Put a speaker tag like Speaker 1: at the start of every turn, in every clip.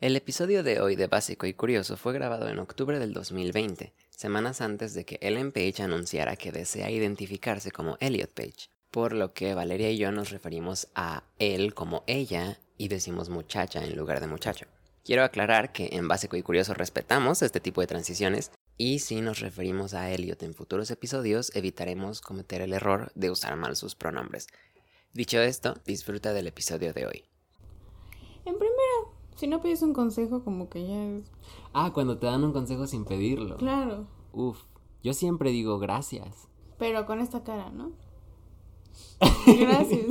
Speaker 1: El episodio de hoy de Básico y Curioso fue grabado en octubre del 2020, semanas antes de que Ellen Page anunciara que desea identificarse como Elliot Page, por lo que Valeria y yo nos referimos a él como ella y decimos muchacha en lugar de muchacho. Quiero aclarar que en Básico y Curioso respetamos este tipo de transiciones y si nos referimos a Elliot en futuros episodios evitaremos cometer el error de usar mal sus pronombres. Dicho esto, disfruta del episodio de hoy.
Speaker 2: En primera, si no pides un consejo, como que ya es.
Speaker 1: Ah, cuando te dan un consejo sin pedirlo.
Speaker 2: Claro.
Speaker 1: Uf, yo siempre digo gracias.
Speaker 2: Pero con esta cara, ¿no? Gracias.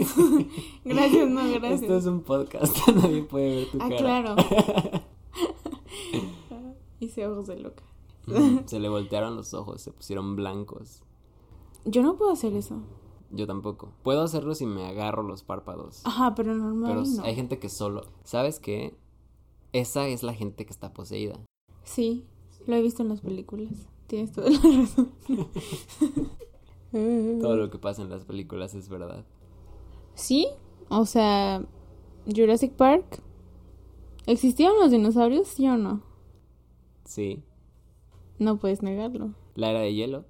Speaker 2: gracias, no, gracias.
Speaker 1: Esto es un podcast, nadie puede ver tu
Speaker 2: ah,
Speaker 1: cara.
Speaker 2: claro. Hice ojos de loca.
Speaker 1: Mm, Se le voltearon los ojos, se pusieron blancos.
Speaker 2: Yo no puedo hacer eso.
Speaker 1: Yo tampoco. Puedo hacerlo si me agarro los párpados.
Speaker 2: Ajá, pero normal
Speaker 1: pero
Speaker 2: Ah, no.
Speaker 1: hay gente que solo. ¿Sabes qué? Esa es la gente que está poseída.
Speaker 2: Sí, lo he visto en las películas. Tienes toda la razón. Mm.
Speaker 1: Todo lo que pasa en las películas es verdad.
Speaker 2: Sí, o sea, Jurassic Park. ¿Existían los dinosaurios, sí o no?
Speaker 1: Sí.
Speaker 2: No puedes negarlo.
Speaker 1: La era de hielo.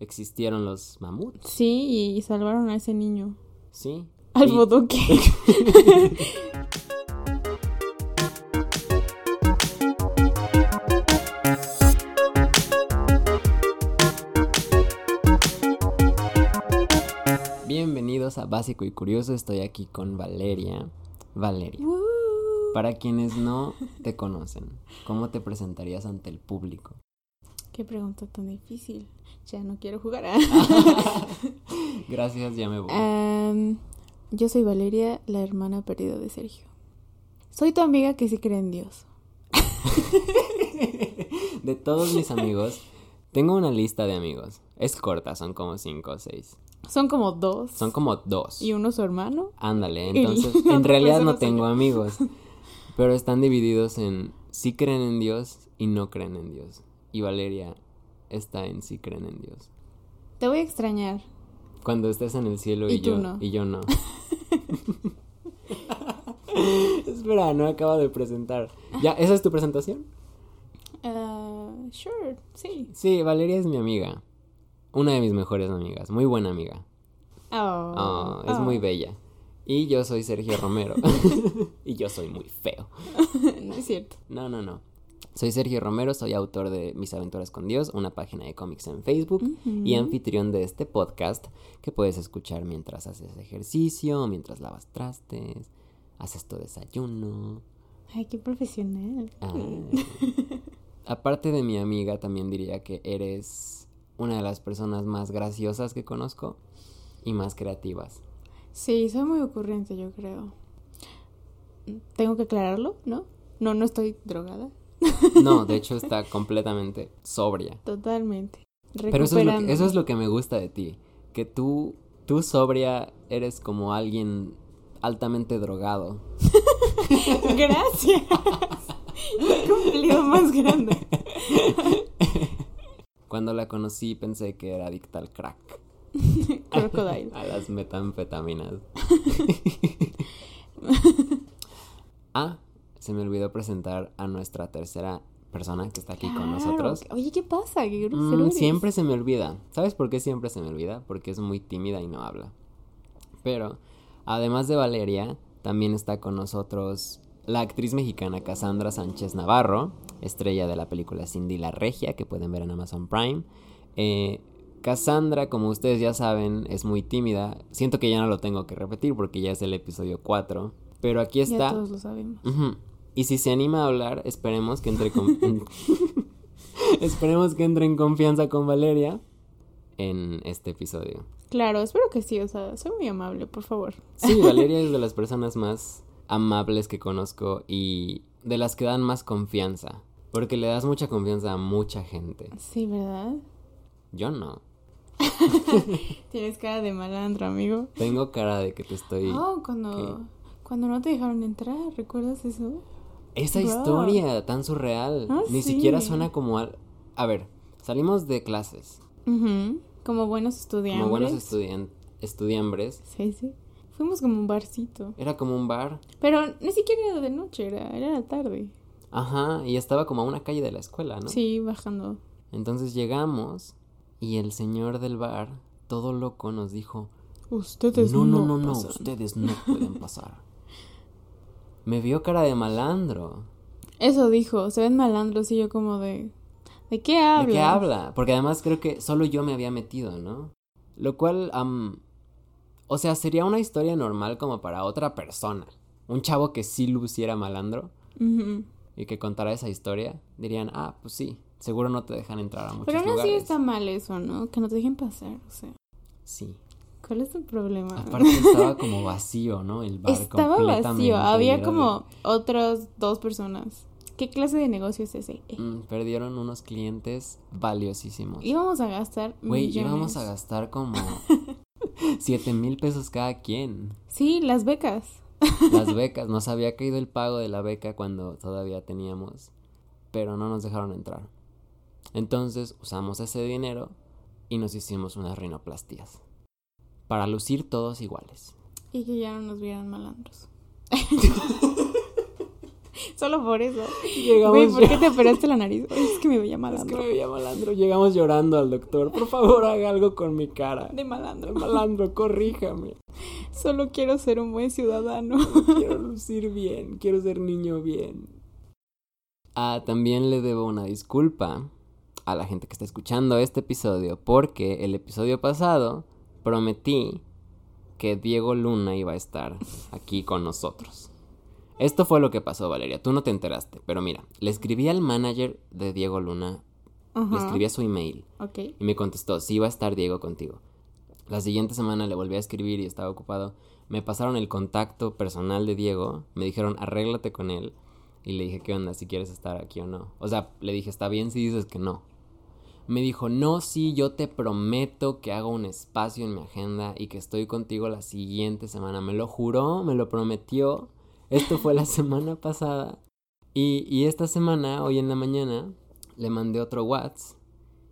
Speaker 1: Existieron los mamuts.
Speaker 2: Sí, y salvaron a ese niño.
Speaker 1: Sí.
Speaker 2: Al
Speaker 1: Y-
Speaker 2: bodoque.
Speaker 1: Bienvenidos a Básico y Curioso. Estoy aquí con Valeria. Valeria.
Speaker 2: Woo.
Speaker 1: Para quienes no te conocen, ¿cómo te presentarías ante el público?
Speaker 2: Qué pregunta tan difícil. Ya no quiero jugar. ¿ah?
Speaker 1: Gracias, ya me voy.
Speaker 2: Eh. Am, yo soy Valeria, la hermana perdida de Sergio. Soy tu amiga que sí cree en Dios.
Speaker 1: De todos mis amigos, tengo una lista de amigos. Es corta, son como cinco o seis.
Speaker 2: Son como dos.
Speaker 1: Son como dos.
Speaker 2: Y uno su hermano.
Speaker 1: Ándale,
Speaker 2: Y pues,
Speaker 1: entonces,
Speaker 2: la
Speaker 1: en
Speaker 2: otra
Speaker 1: realidad no
Speaker 2: persona soy
Speaker 1: tengo
Speaker 2: yo.
Speaker 1: amigos. Pero están divididos en sí creen en Dios y no creen en Dios. Y Valeria está en sí creen en Dios.
Speaker 2: Te voy a extrañar.
Speaker 1: Cuando estés en el cielo y,
Speaker 2: Y tú
Speaker 1: yo
Speaker 2: no.
Speaker 1: y yo no. Espera, no acabo de presentar. Ya, ¿esa es tu presentación?
Speaker 2: Ah, sure, sí.
Speaker 1: Sí, Valeria es mi amiga. Una de mis mejores amigas, muy buena amiga.
Speaker 2: Oh,
Speaker 1: Ah, es
Speaker 2: oh.
Speaker 1: muy bella. Y yo soy Sergio Romero. y yo soy muy feo.
Speaker 2: no es cierto.
Speaker 1: No, no, no. Soy Sergio Romero, soy autor de Mis aventuras con Dios, una página de cómics en Facebook y
Speaker 2: Ujú.
Speaker 1: anfitrión de este podcast que puedes escuchar mientras haces ejercicio, mientras lavas trastes, haces tu desayuno.
Speaker 2: Ay, qué profesional.
Speaker 1: Ah. Aparte de mi amiga, también diría que eres una de las personas más graciosas que conozco y más creativas.
Speaker 2: Sí, soy muy ocurrente, yo creo. Tengo que aclararlo, ¿no? No, no estoy drogada.
Speaker 1: No, de hecho está completamente sobria.
Speaker 2: Totalmente.
Speaker 1: Pero eso es, lo que,
Speaker 2: Recuperándome.
Speaker 1: eso es lo que me gusta de ti, que tú, tú sobria eres como alguien altamente drogado.
Speaker 2: Gracias. Qué cumplido más grande.
Speaker 1: Cuando la conocí pensé que era adicta al crack,
Speaker 2: Crocodile.
Speaker 1: a las metanfetaminas. ah, se me olvidó presentar a nuestra tercera persona que está aquí
Speaker 2: Claro,
Speaker 1: con nosotros.
Speaker 2: que- Oye, ¿qué pasa? ¿Qué
Speaker 1: Mm,
Speaker 2: grosero eres.
Speaker 1: siempre se me olvida. ¿Sabes por qué siempre se me olvida? Porque es muy tímida y no habla. Pero, además de Valeria, también está con nosotros la actriz mexicana Cassandra Sánchez Navarro, estrella de la película Cindy la Regia, que pueden ver en Amazon Prime. Eh, Cassandra, como ustedes ya saben, es muy tímida. Siento que ya no lo tengo que repetir porque ya es el episodio 4. Pero aquí
Speaker 2: Ya
Speaker 1: está.
Speaker 2: todos lo sabemos.
Speaker 1: Ujú. Y si se anima a hablar, esperemos que entre con- en- esperemos que entre en confianza con Valeria en este episodio.
Speaker 2: Claro, espero que sí. O sea, soy muy amable, por favor.
Speaker 1: Sí, Valeria es de las personas más amables que conozco y de las que dan más confianza, porque le das mucha confianza a mucha gente.
Speaker 2: Sí, ¿verdad?
Speaker 1: Yo no.
Speaker 2: Tienes cara de malandro, amigo.
Speaker 1: Tengo cara de que te estoy
Speaker 2: Oh, cuando, cuando no te dejaron entrar, ¿recuerdas eso?
Speaker 1: Esa
Speaker 2: Wow.
Speaker 1: historia tan surreal
Speaker 2: Ah,
Speaker 1: ni
Speaker 2: sí.
Speaker 1: siquiera suena como al... A ver, salimos de clases,
Speaker 2: Ujú, Como buenos estudiantes.
Speaker 1: como buenos estudian- estudiambres.
Speaker 2: Sí, sí. Fuimos como a un barcito.
Speaker 1: Era como un bar.
Speaker 2: Pero ni siquiera era de noche, era, era la tarde.
Speaker 1: Ajá, y estaba como a una calle de la escuela, ¿no?
Speaker 2: Sí, bajando.
Speaker 1: Entonces llegamos y el señor del bar, todo loco, nos dijo,
Speaker 2: Ustedes no,
Speaker 1: no, no, no,
Speaker 2: pasan.
Speaker 1: ustedes no pueden pasar. Me vio cara de malandro.
Speaker 2: Eso dijo, se ven malandros y yo como de... ¿De qué habla?
Speaker 1: ¿De qué habla? Porque además creo que solo yo me había metido, ¿no? Lo cual, am, o sea, sería una historia normal como para otra persona. Un chavo que sí luciera malandro y que contara esa historia, dirían, ah, pues sí, seguro no te dejan entrar a muchos
Speaker 2: Pero aún así
Speaker 1: lugares.
Speaker 2: está mal eso, ¿no? Que no te dejen pasar, o sea.
Speaker 1: Sí.
Speaker 2: ¿Cuál es tu problema?
Speaker 1: Aparte estaba como vacío, ¿no? El bar
Speaker 2: Estaba
Speaker 1: completamente,
Speaker 2: vacío,
Speaker 1: y
Speaker 2: había
Speaker 1: era
Speaker 2: como otras dos personas. ¿Qué clase de negocio es ese? Eh,
Speaker 1: de, mm, perdieron unos clientes valiosísimos.
Speaker 2: Íbamos a gastar
Speaker 1: Güey,
Speaker 2: millones.
Speaker 1: íbamos a gastar como 7 mil pesos cada quien.
Speaker 2: Sí, las becas.
Speaker 1: Las becas, nos había caído el pago de la beca cuando todavía teníamos, pero no nos dejaron entrar. Entonces usamos ese dinero y nos hicimos unas rinoplastías. Para lucir todos iguales.
Speaker 2: Y que ya no nos vieran malandros. Solo por eso. Güey, ¿por qué te operaste la nariz? Ay, es que me veía
Speaker 1: Es que
Speaker 2: malandro.
Speaker 1: me veía malandro. Llegamos llorando al doctor. Por favor, haga algo con mi cara.
Speaker 2: De malandro.
Speaker 1: Malandro, corríjame.
Speaker 2: Solo quiero ser un buen ciudadano.
Speaker 1: Quiero lucir bien, quiero ser niño bien. Ah, también le debo una disculpa a la gente que está escuchando este episodio porque el episodio pasado prometí que Diego Luna iba a estar aquí con nosotros. Esto fue lo que pasó, Valeria. Tú no te enteraste, pero mira, le escribí al manager de Diego Luna, le
Speaker 2: Ajá.
Speaker 1: escribí a su email
Speaker 2: Ok.
Speaker 1: y me contestó, sí va a estar Diego contigo. La siguiente semana le volví a escribir y estaba ocupado. Me pasaron el contacto personal de Diego, me dijeron arréglate con él y le dije qué onda, si quieres estar aquí o no. O sea, le dije, está bien si dices que no. Me dijo, no, sí, yo te prometo que hago un espacio en mi agenda y que estoy contigo la siguiente semana. Me lo juró, me lo prometió. Esto fue la semana pasada. Y, y esta semana, hoy en la mañana, le mandé otro WhatsApp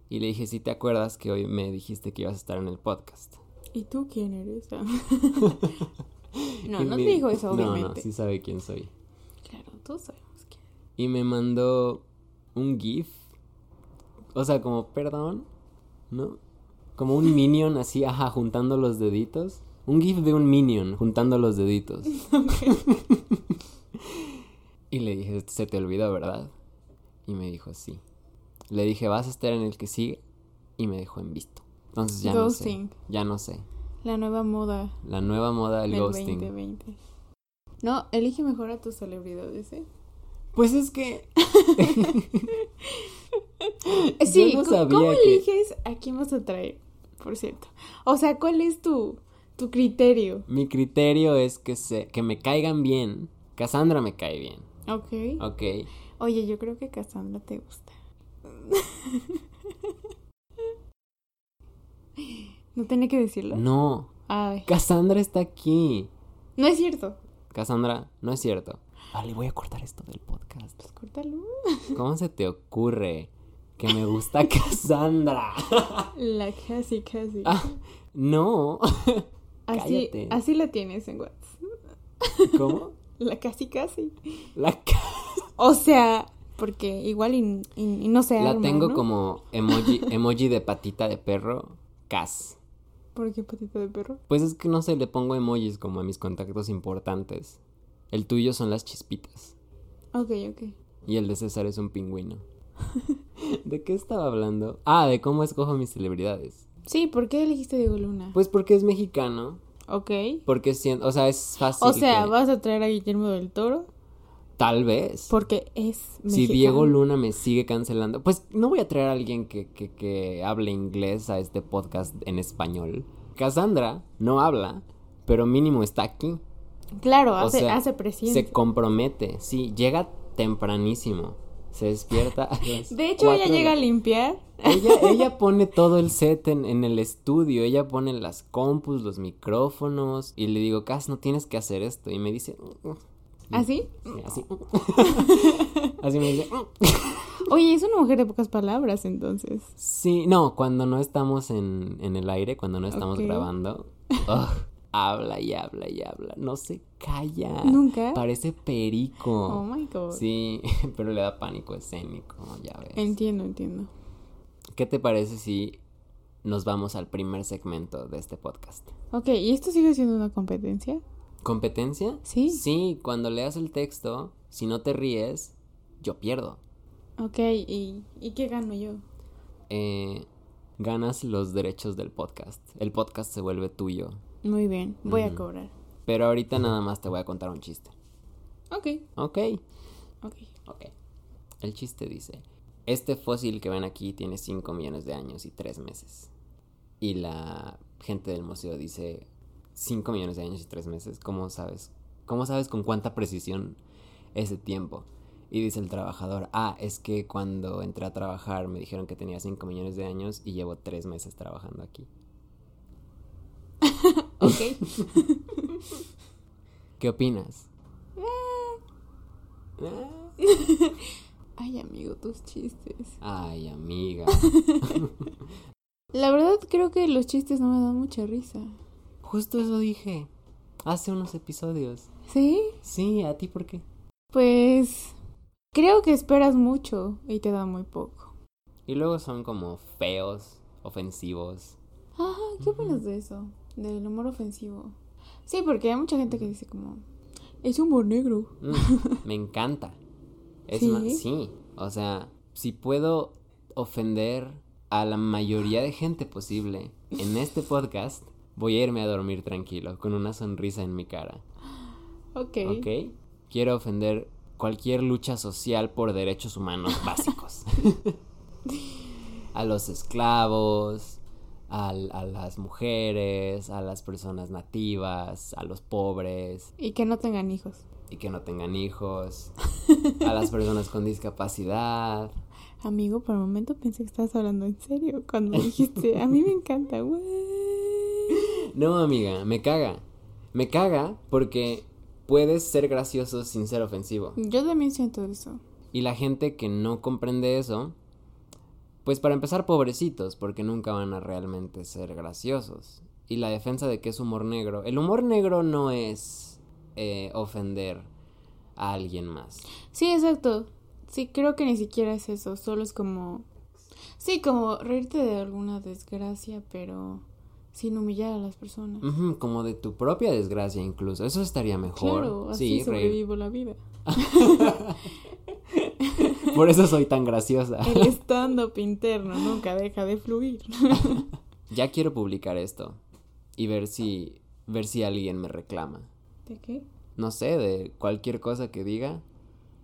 Speaker 1: y le dije, si te acuerdas que hoy me dijiste que ibas a estar en el podcast.
Speaker 2: ¿Y tú quién eres? no,
Speaker 1: Y
Speaker 2: no
Speaker 1: me-
Speaker 2: te dijo eso,
Speaker 1: No, no,
Speaker 2: obviamente.
Speaker 1: sí sabe quién soy.
Speaker 2: Claro, todos sabemos quién.
Speaker 1: Y me mandó un GIF. O sea, como, perdón, ¿no? Como un minion así, ajá, juntando los deditos. Un GIF de un minion juntando los deditos. y le dije, se te olvidó, ¿verdad? Y me dijo, sí. Le dije, vas a estar en el que sigue. Y me dejó en visto. Entonces ya no
Speaker 2: Ghosting.
Speaker 1: sé. Ya no sé.
Speaker 2: La nueva moda
Speaker 1: La nueva moda del
Speaker 2: del
Speaker 1: ghosting.
Speaker 2: 2020. No, elige mejor a tus celebridades, ¿eh?
Speaker 1: Pues es que.
Speaker 2: Sí,
Speaker 1: Yo no
Speaker 2: ¿cómo-
Speaker 1: sabía
Speaker 2: ¿cómo
Speaker 1: que-
Speaker 2: eliges a quién vas a traer? Por cierto. O sea, ¿cuál es tu, tu criterio?
Speaker 1: Mi criterio es que, se, que me caigan bien. Cassandra me cae bien.
Speaker 2: Ok.
Speaker 1: Ok.
Speaker 2: Oye, yo creo que Cassandra te gusta. ¿No tenía que decirlo?
Speaker 1: No.
Speaker 2: Ay,
Speaker 1: Cassandra está aquí.
Speaker 2: no es cierto.
Speaker 1: Cassandra, no es cierto. Vale, voy a cortar esto del podcast.
Speaker 2: Pues córtalo.
Speaker 1: ¿Cómo se te ocurre que me gusta Cassandra?
Speaker 2: La casi, casi.
Speaker 1: Ah, no.
Speaker 2: así,
Speaker 1: cállate.
Speaker 2: así la tienes en WhatsApp.
Speaker 1: ¿Cómo?
Speaker 2: La casi, casi.
Speaker 1: La, ca-
Speaker 2: O sea, porque igual y, y- y no se
Speaker 1: la
Speaker 2: arma,
Speaker 1: tengo
Speaker 2: ¿no?
Speaker 1: como emoji, emoji de patita de perro. Cas.
Speaker 2: ¿Por qué patita de perro?
Speaker 1: Pues es que no sé, le pongo emojis como a mis contactos importantes. El tuyo son las chispitas.
Speaker 2: Ok, ok.
Speaker 1: Y el de César es un pingüino. ¿De qué estaba hablando? Ah, de cómo escojo mis celebridades.
Speaker 2: Sí, ¿por qué elegiste Diego Luna?
Speaker 1: Pues porque es mexicano.
Speaker 2: ok.
Speaker 1: Porque siento. O sea, es fácil.
Speaker 2: o sea,
Speaker 1: que-
Speaker 2: vas a traer a Guillermo del Toro
Speaker 1: Tal vez.
Speaker 2: porque es mexicano.
Speaker 1: Si Diego Luna me sigue cancelando. Pues no voy a traer a alguien que, que, que hable inglés a este podcast en español. Cassandra no habla, pero mínimo está aquí.
Speaker 2: Claro,
Speaker 1: O
Speaker 2: hace,
Speaker 1: sea,
Speaker 2: hace presencia.
Speaker 1: Se compromete, sí, llega tempranísimo. Se despierta. a las
Speaker 2: De hecho,
Speaker 1: cuatro
Speaker 2: ella llega a limpiar.
Speaker 1: Ella, ella pone todo el set en, en el estudio, ella pone las compus, los micrófonos, y le digo, Cas, no tienes que hacer esto. Y me dice, "Mm, mm".
Speaker 2: ¿Así?
Speaker 1: Sí, así. así me dice, "Mm".
Speaker 2: Oye, es una mujer de pocas palabras, entonces.
Speaker 1: sí, no, cuando no estamos en, en el aire, cuando no estamos
Speaker 2: Ok.
Speaker 1: grabando, ugh, habla y habla y habla. No se calla.
Speaker 2: Nunca.
Speaker 1: Parece perico.
Speaker 2: Oh my god.
Speaker 1: Ah, Sí, pero le da pánico escénico, ya ves.
Speaker 2: Entiendo, entiendo.
Speaker 1: ¿Qué te parece si nos vamos al primer segmento de este podcast?
Speaker 2: Ok, ¿y esto sigue siendo una competencia?
Speaker 1: ¿Competencia?
Speaker 2: Sí.
Speaker 1: Sí, cuando leas el texto, si no te ríes, yo pierdo.
Speaker 2: Ok, ¿y, ¿y qué gano yo?
Speaker 1: Eh, ganas los derechos del podcast. El podcast se vuelve tuyo.
Speaker 2: Muy bien, voy a
Speaker 1: Ujú.
Speaker 2: cobrar.
Speaker 1: Pero ahorita nada más te voy a contar un chiste.
Speaker 2: Ok,
Speaker 1: Ok.
Speaker 2: ok.
Speaker 1: Ok. El chiste dice, este fósil que ven aquí tiene 5 millones de años y 3 meses. Y la gente del museo dice, 5 millones de años y 3 meses, ¿cómo sabes? ¿Cómo sabes con cuánta precisión ese tiempo? Y dice el trabajador, ah, es que cuando entré a trabajar me dijeron que tenía 5 millones de años y llevo 3 meses trabajando aquí.
Speaker 2: Ok. Eh.
Speaker 1: ¿Qué opinas? Ah.
Speaker 2: Ay, amigo, tus chistes.
Speaker 1: Ay, amiga.
Speaker 2: La verdad creo que los chistes no me dan mucha risa.
Speaker 1: Justo eso dije hace unos episodios.
Speaker 2: ¿Sí?
Speaker 1: Sí, ¿a ti por qué?
Speaker 2: Pues creo que esperas mucho y te da muy poco.
Speaker 1: Y luego son como feos, ofensivos.
Speaker 2: Ajá, ¿qué opinas de eso? Del humor ofensivo. Sí, porque hay mucha gente que dice como, es humor negro.
Speaker 1: Mm, me encanta. Es
Speaker 2: ¿Sí?
Speaker 1: ma- sí, o sea, si puedo ofender a la mayoría de gente posible en este podcast, voy a irme a dormir tranquilo, con una sonrisa en mi cara.
Speaker 2: Ok.
Speaker 1: ¿Ok? Quiero ofender cualquier lucha social por derechos humanos básicos. a los esclavos, al- a las mujeres, a las personas nativas, a los pobres
Speaker 2: Y que no tengan hijos.
Speaker 1: y que no tengan hijos, a las personas con discapacidad.
Speaker 2: Amigo, por el momento pensé que estabas hablando en serio cuando dijiste, a mí me encanta, güey.
Speaker 1: No, amiga, me caga. Me caga porque puedes ser gracioso sin ser ofensivo.
Speaker 2: Yo también siento eso.
Speaker 1: Y la gente que no comprende eso, pues para empezar pobrecitos, porque nunca van a realmente ser graciosos. Y la defensa de que es humor negro. El humor negro no es eh, ofender a alguien más.
Speaker 2: Sí, exacto. Sí, creo que ni siquiera es eso, solo es como... Sí, como reírte de alguna desgracia, pero sin humillar a las personas.
Speaker 1: Ujú, como de tu propia desgracia incluso. Eso estaría mejor.
Speaker 2: Claro, así
Speaker 1: sí, reír.
Speaker 2: sobrevivo la vida.
Speaker 1: Por eso soy tan graciosa.
Speaker 2: El stand-up interno nunca deja de fluir.
Speaker 1: ya quiero publicar esto y ver si ver si alguien me reclama.
Speaker 2: ¿De qué?
Speaker 1: no sé, de cualquier cosa que diga.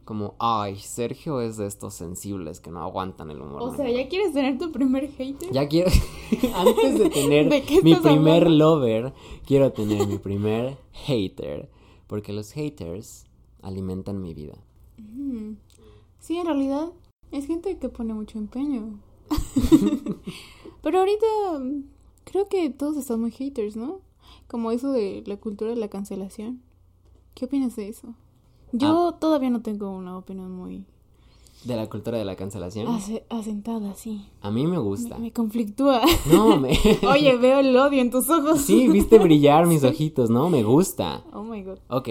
Speaker 1: Como, ay, Sergio es de estos sensibles que no aguantan el humor.
Speaker 2: O sea,
Speaker 1: negro".
Speaker 2: ¿ya quieres tener tu primer hater?
Speaker 1: Ya quiero. Antes de tener
Speaker 2: ¿De qué
Speaker 1: mi
Speaker 2: estás
Speaker 1: primer
Speaker 2: hablando?
Speaker 1: lover, quiero tener mi primer hater. Porque los haters alimentan mi vida.
Speaker 2: Mm. Sí, en realidad es gente que pone mucho empeño. Pero ahorita mm, creo que todos están muy haters, ¿no? Como eso de la cultura de la cancelación. ¿Qué opinas de eso? Yo
Speaker 1: Ah.
Speaker 2: todavía no tengo una opinión muy
Speaker 1: De la cultura de la cancelación.
Speaker 2: ase- asentada, sí.
Speaker 1: A mí me
Speaker 2: Me,
Speaker 1: gusta.
Speaker 2: Ah, me conflictúa.
Speaker 1: No, me.
Speaker 2: Oye, veo el odio en tus ojos.
Speaker 1: Sí, viste brillar mis ojitos, ¿no? Me gusta.
Speaker 2: Oh my god.
Speaker 1: Ok.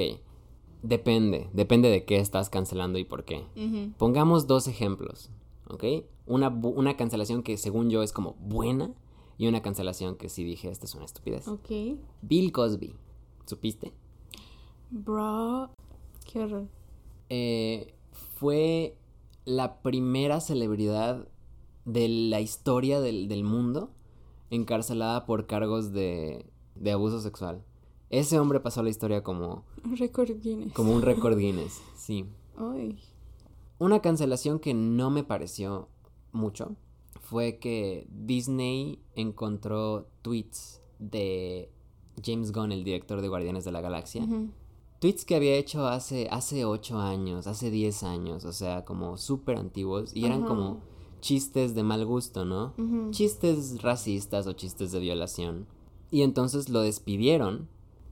Speaker 1: Depende. Depende de qué estás cancelando y por qué.
Speaker 2: Ujú.
Speaker 1: Pongamos dos ejemplos, ¿ok? Una, bu- una cancelación que según yo es como buena y una cancelación que sí dije, esta es una estupidez.
Speaker 2: Ok.
Speaker 1: Bill Cosby, ¿supiste?
Speaker 2: Bro. Qué horror.
Speaker 1: Eh, fue la primera celebridad de la historia del, del mundo encarcelada por cargos de, de abuso sexual. Ese hombre pasó a la historia como,
Speaker 2: Un récord Guinness.
Speaker 1: como un récord Guinness, sí.
Speaker 2: Ay.
Speaker 1: Una cancelación que no me pareció mucho fue que Disney encontró tweets de James Gunn, el director de Guardianes de la Galaxia.
Speaker 2: Ujú.
Speaker 1: Tweets que había hecho hace, hace 8 años, hace 10 años, o sea, como súper antiguos y eran
Speaker 2: Ajá.
Speaker 1: como chistes de mal gusto, ¿no?
Speaker 2: Ujú.
Speaker 1: Chistes racistas o chistes de violación. Y entonces lo despidieron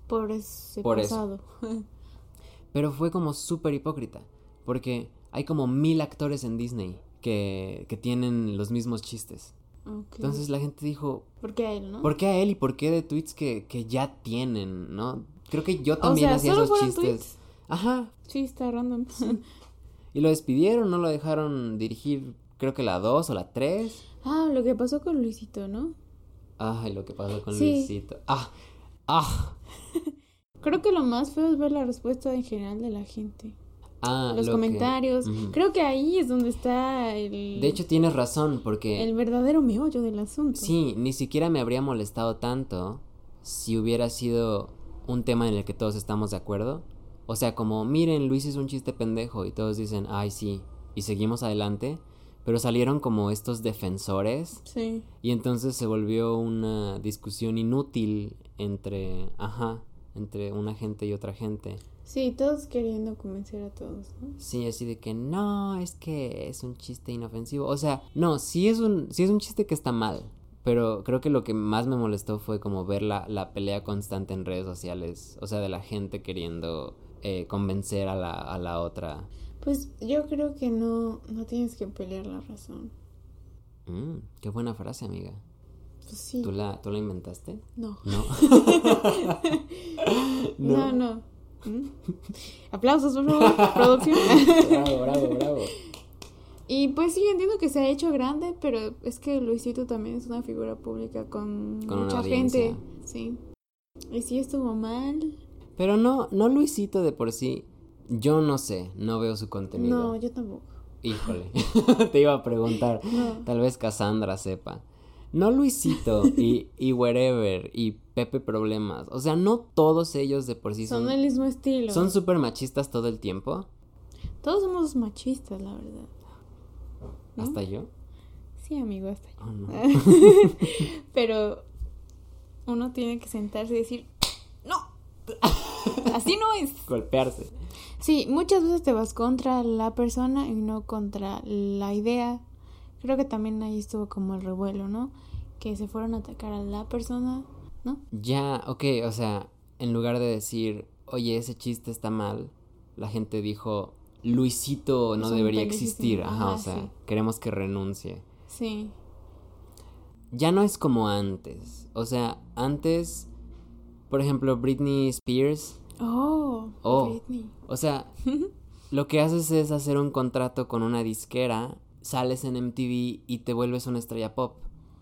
Speaker 2: Por ese
Speaker 1: Por eso.
Speaker 2: pasado.
Speaker 1: Pero fue como súper hipócrita, porque hay como mil actores en Disney que, que tienen los mismos chistes.
Speaker 2: Ok.
Speaker 1: Entonces la gente dijo,
Speaker 2: ¿Por qué a él, no?
Speaker 1: ¿por qué a él y por qué de tweets que, que ya tienen, no? Creo que yo también
Speaker 2: sea,
Speaker 1: hacía
Speaker 2: ¿solo
Speaker 1: esos
Speaker 2: fueron
Speaker 1: chistes.
Speaker 2: tweets?
Speaker 1: Ajá.
Speaker 2: Sí, está random.
Speaker 1: Y lo despidieron, no lo dejaron dirigir, creo que la 2 o la 3.
Speaker 2: ah, lo que pasó con Luisito, ¿no?
Speaker 1: Ay, lo que pasó con
Speaker 2: Sí.
Speaker 1: Luisito. Ah, ah.
Speaker 2: Creo que lo más feo es ver la respuesta en general de la gente.
Speaker 1: Ah,
Speaker 2: Los
Speaker 1: lo que-
Speaker 2: comentarios.
Speaker 1: Ujú.
Speaker 2: Creo que ahí es donde está el,
Speaker 1: De hecho, tienes razón, porque
Speaker 2: el verdadero meollo del asunto.
Speaker 1: sí, ni siquiera me habría molestado tanto si hubiera sido un tema en el que todos estamos de acuerdo. O sea, como, miren, Luis es un chiste pendejo y todos dicen, ay, sí, y seguimos adelante. Pero salieron como estos defensores
Speaker 2: Sí.
Speaker 1: y entonces se volvió una discusión inútil entre, ajá, entre una gente y otra gente.
Speaker 2: Sí, todos queriendo convencer a todos, ¿no?
Speaker 1: Sí, así de que no, es que es un chiste inofensivo. O sea, no, sí es un, sí es un chiste que está mal. Pero creo que lo que más me molestó fue como ver la, la pelea constante en redes sociales. O sea, de la gente queriendo eh, convencer a la, a la otra.
Speaker 2: Pues yo creo que no, no tienes que pelear la razón.
Speaker 1: Mm, qué buena frase, amiga.
Speaker 2: Pues sí.
Speaker 1: ¿Tú la, ¿Tú la inventaste?
Speaker 2: No.
Speaker 1: No.
Speaker 2: No, no. ¿Mm? Aplausos, por favor, producción.
Speaker 1: bravo, bravo, bravo.
Speaker 2: y pues sí, entiendo que se ha hecho grande, pero es que Luisito también es una figura pública con,
Speaker 1: Con una
Speaker 2: mucha
Speaker 1: audiencia.
Speaker 2: gente. Sí. Y sí estuvo mal.
Speaker 1: Pero no, no Luisito de por sí. Yo no sé, no veo su contenido.
Speaker 2: No, yo tampoco.
Speaker 1: Híjole, te iba a preguntar.
Speaker 2: No.
Speaker 1: Tal vez Cassandra sepa. No Luisito y, y Wherever y Pepe Problemas. O sea, no todos ellos de por sí
Speaker 2: Son
Speaker 1: son.
Speaker 2: del mismo estilo.
Speaker 1: Son súper machistas todo el tiempo.
Speaker 2: Todos somos machistas, la verdad. ¿No?
Speaker 1: Hasta yo.
Speaker 2: Sí, amigo, hasta yo.
Speaker 1: Oh, no.
Speaker 2: Pero uno tiene que sentarse y decir, no, así no es.
Speaker 1: Golpearse.
Speaker 2: Sí, muchas veces te vas contra la persona y no contra la idea. Creo que también ahí estuvo como el revuelo, ¿no? Que se fueron a atacar a la persona, ¿no?
Speaker 1: Ya, ok, o sea, en lugar de decir, oye, ese chiste está mal, la gente dijo, Luisito no
Speaker 2: Es un
Speaker 1: debería
Speaker 2: pendejísimo.
Speaker 1: existir. Ajá, o
Speaker 2: Ajá,
Speaker 1: sea,
Speaker 2: Ah, sí.
Speaker 1: queremos que renuncie.
Speaker 2: Sí,
Speaker 1: ya no es como antes. O sea, antes, por ejemplo, Britney Spears,
Speaker 2: Oh,
Speaker 1: Oh.
Speaker 2: Britney.
Speaker 1: o sea, lo que haces es hacer un contrato con una disquera, sales en MTV y te vuelves una estrella pop.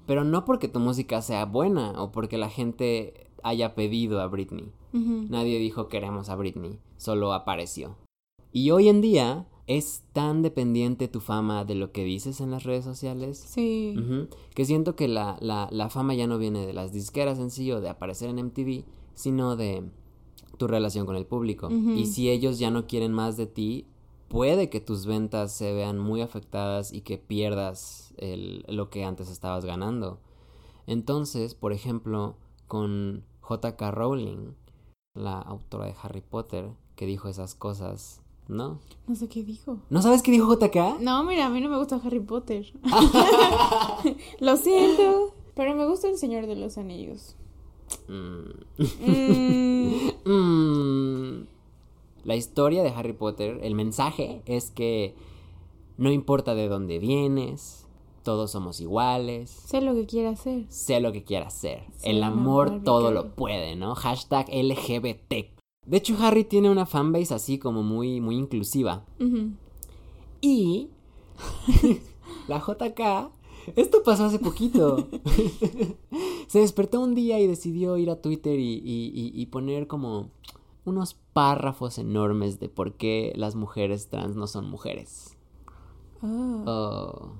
Speaker 1: Pero no porque tu música sea buena o porque la gente haya pedido a Britney.
Speaker 2: Ujú.
Speaker 1: Nadie dijo queremos a Britney, solo apareció. Y hoy en día es tan dependiente tu fama de lo que dices en las redes sociales
Speaker 2: Sí,
Speaker 1: Ujú. Que siento que la, la- la fama ya no viene de las disqueras en sí o de aparecer en MTV, sino de tu relación con el público.
Speaker 2: Ujú.
Speaker 1: Y si ellos ya no quieren más de ti, puede que tus ventas se vean muy afectadas y que pierdas el- lo que antes estabas ganando. Entonces, por ejemplo, con JK Rowling, la autora de Harry Potter, que dijo esas cosas, ¿no?
Speaker 2: no sé qué dijo.
Speaker 1: ¿No sabes qué dijo JK?
Speaker 2: No, mira, a mí no me gusta Harry Potter. Lo siento. Pero me gusta El Señor de los Anillos.
Speaker 1: Mm.
Speaker 2: Mm,
Speaker 1: Mm. La historia de Harry Potter, el mensaje es que no importa de dónde vienes, todos somos iguales,
Speaker 2: sé lo que quiere hacer.
Speaker 1: sé lo que quieras ser.
Speaker 2: Sí,
Speaker 1: el
Speaker 2: no,
Speaker 1: amor
Speaker 2: Barbie,
Speaker 1: todo
Speaker 2: qué
Speaker 1: lo
Speaker 2: rico.
Speaker 1: puede, ¿no? Hashtag LGBT. De hecho, Harry tiene una fanbase así como muy, muy inclusiva.
Speaker 2: Ujú.
Speaker 1: Y la JK, esto pasó hace poquito. Se despertó un día y decidió ir a Twitter y, y- y- y poner como unos párrafos enormes de por qué las mujeres trans no son mujeres.
Speaker 2: Ah,
Speaker 1: Oh,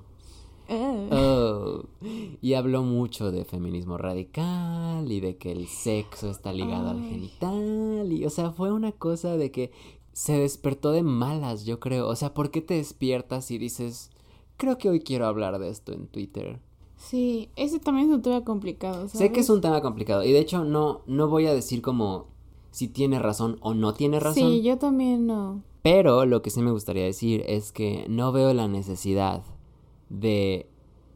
Speaker 2: ah.
Speaker 1: oh. Y habló mucho de feminismo radical y de que el sexo está ligado al
Speaker 2: Ay.
Speaker 1: genital. Y, o sea, fue una cosa de que se despertó de malas, yo creo. O sea, ¿por qué te despiertas y dices, creo que hoy quiero hablar de esto en Twitter?
Speaker 2: Sí, ese también es un tema complicado.
Speaker 1: Sé que es un tema complicado y de hecho no, no voy a decir como si tiene razón o no tiene
Speaker 2: ¿sabes?
Speaker 1: razón,
Speaker 2: Sí, yo también no.
Speaker 1: pero lo que sí me gustaría decir es que no veo la necesidad de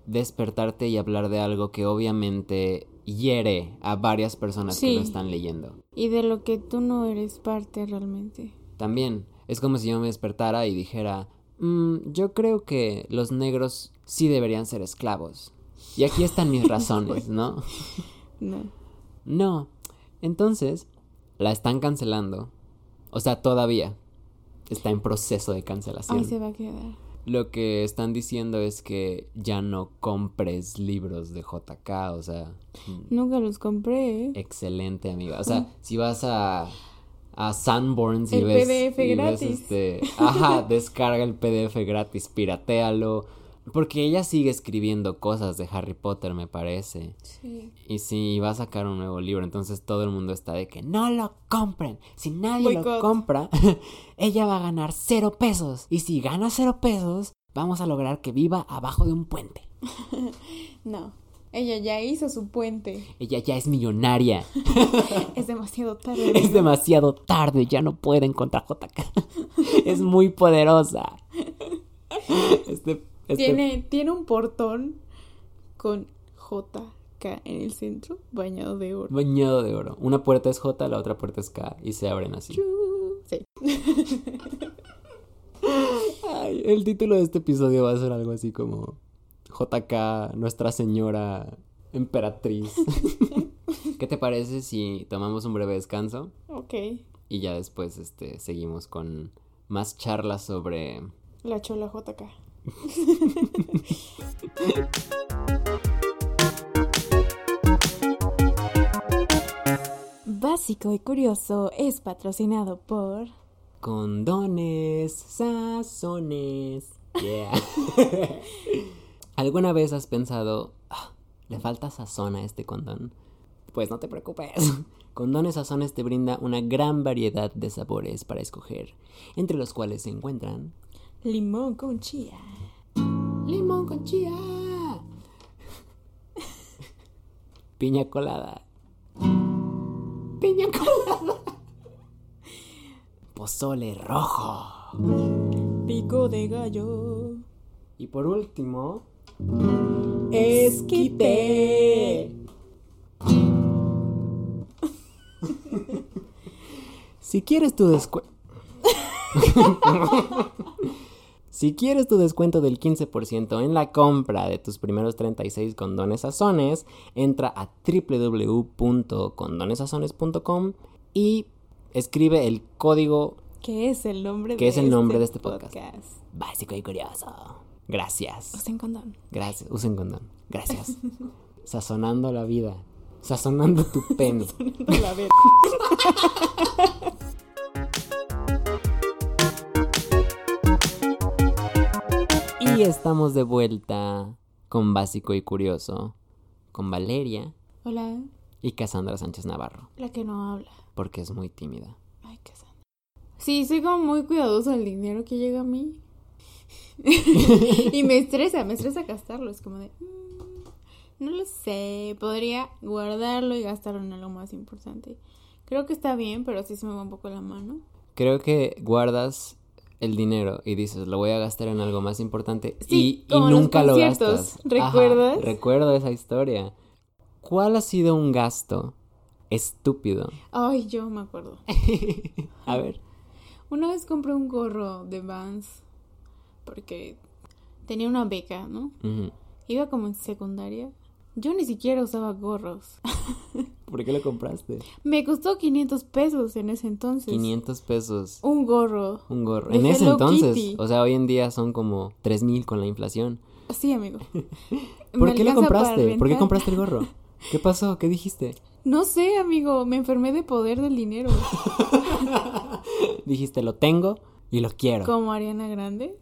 Speaker 1: despertarte y hablar de algo que obviamente hiere a varias personas que
Speaker 2: Sí.
Speaker 1: lo están leyendo.
Speaker 2: Y de lo que tú no eres parte realmente.
Speaker 1: También es como si yo me despertara y dijera, "Mm, yo creo que los negros sí deberían ser esclavos. Y aquí están mis razones, ¿no?
Speaker 2: No.
Speaker 1: No. Entonces, la están cancelando. O sea, todavía está en proceso de cancelación.
Speaker 2: Ahí se va a quedar.
Speaker 1: Lo que están diciendo es que ya no compres libros de JK, o sea,
Speaker 2: Nunca los compré. ¿eh?
Speaker 1: excelente amiga. O sea, si vas a, a Sanborns y
Speaker 2: El
Speaker 1: ves,
Speaker 2: PDF
Speaker 1: y ves,
Speaker 2: gratis.
Speaker 1: este, ajá, descarga el PDF gratis, piratealo, porque ella sigue escribiendo cosas de Harry Potter, me parece.
Speaker 2: Sí.
Speaker 1: Y si va a sacar un nuevo libro, entonces todo el mundo está de que no lo compren. Si nadie lo
Speaker 2: Boicot.
Speaker 1: compra, ella va a ganar cero pesos. Y si gana cero pesos, vamos a lograr que viva abajo de un puente.
Speaker 2: No. Ella ya hizo su puente.
Speaker 1: Ella ya es millonaria.
Speaker 2: Es demasiado tarde.
Speaker 1: es demasiado tarde, ya no pueden contra JK. es muy poderosa. Este, este-
Speaker 2: Tiene, tiene un portón con JK en el centro, bañado de oro.
Speaker 1: Bañado de oro. Una puerta es J, la otra puerta es K. Y se abren así.
Speaker 2: Sí.
Speaker 1: Ay, el título de este episodio va a ser algo así como JK, Nuestra Señora Emperatriz. ¿Qué te parece si tomamos un breve descanso
Speaker 2: Ok.
Speaker 1: y ya después este, seguimos con más charlas sobre...
Speaker 2: La chola JK. Básico y curioso es patrocinado por.
Speaker 1: Condones, sazones. Yeah. ¿Alguna vez has pensado, "Ah, le falta sazón a este condón? Pues no te preocupes. Condones Sazones te brinda una gran variedad de sabores para escoger, entre los cuales se encuentran
Speaker 2: Limón con chía.
Speaker 1: limón con chía, piña colada, piña colada, pozole rojo.
Speaker 2: Pico de gallo.
Speaker 1: Y por último,
Speaker 2: Esquite.
Speaker 1: si quieres tu descuento. si quieres tu descuento del 15% en la compra de tus primeros 36 condones sazones, entra a www.condonesazones.com y escribe el código
Speaker 2: Que es el nombre
Speaker 1: Que es el nombre de este podcast.
Speaker 2: podcast.
Speaker 1: básico y curioso. Gracias.
Speaker 2: Usen condón.
Speaker 1: Gracias, usen condón. Gracias. Sazonando la vida. Sazonando tu pene.
Speaker 2: La verga.
Speaker 1: y estamos de vuelta con Básico y Curioso, con Valeria
Speaker 2: Hola,
Speaker 1: y Cassandra Sánchez Navarro,
Speaker 2: la que no habla.
Speaker 1: porque es muy tímida.
Speaker 2: Ay, qué santa. Sí, soy como muy cuidadosa del dinero que llega a mí. y me estresa, me estresa gastarlo. Es como de. mm, no lo sé. Podría guardarlo y gastarlo en algo más importante. Creo que está bien, pero así se me va un poco la mano.
Speaker 1: Creo que guardas el dinero y dices, lo voy a gastar en algo más importante
Speaker 2: Sí,
Speaker 1: y- y,
Speaker 2: como los
Speaker 1: nunca lo
Speaker 2: conciertos,
Speaker 1: gastas. Ajá,
Speaker 2: ¿recuerdas?
Speaker 1: recuerdo esa historia. ¿Cuál ha sido un gasto estúpido?
Speaker 2: Ay, yo me acuerdo.
Speaker 1: a ver.
Speaker 2: Una vez compré un gorro de Vans porque tenía una beca, ¿no?
Speaker 1: Ujú.
Speaker 2: Iba como en secundaria. Yo ni siquiera usaba gorros.
Speaker 1: ¿Por qué lo compraste?
Speaker 2: Me costó 500 pesos en ese entonces.
Speaker 1: 500 pesos.
Speaker 2: Un gorro.
Speaker 1: Un gorro.
Speaker 2: De
Speaker 1: en ese
Speaker 2: Hello
Speaker 1: entonces,
Speaker 2: Kitty.
Speaker 1: o sea, hoy en día son como 3000 con la inflación.
Speaker 2: Sí, amigo.
Speaker 1: ¿Por
Speaker 2: Me
Speaker 1: qué lo
Speaker 2: alcanza para
Speaker 1: compraste? ¿Por qué
Speaker 2: rentar.
Speaker 1: compraste el gorro? ¿Qué pasó? ¿Qué dijiste?
Speaker 2: No sé, amigo. Me enfermé de poder del dinero.
Speaker 1: Dijiste, lo tengo y lo quiero.
Speaker 2: Como Ariana Grande.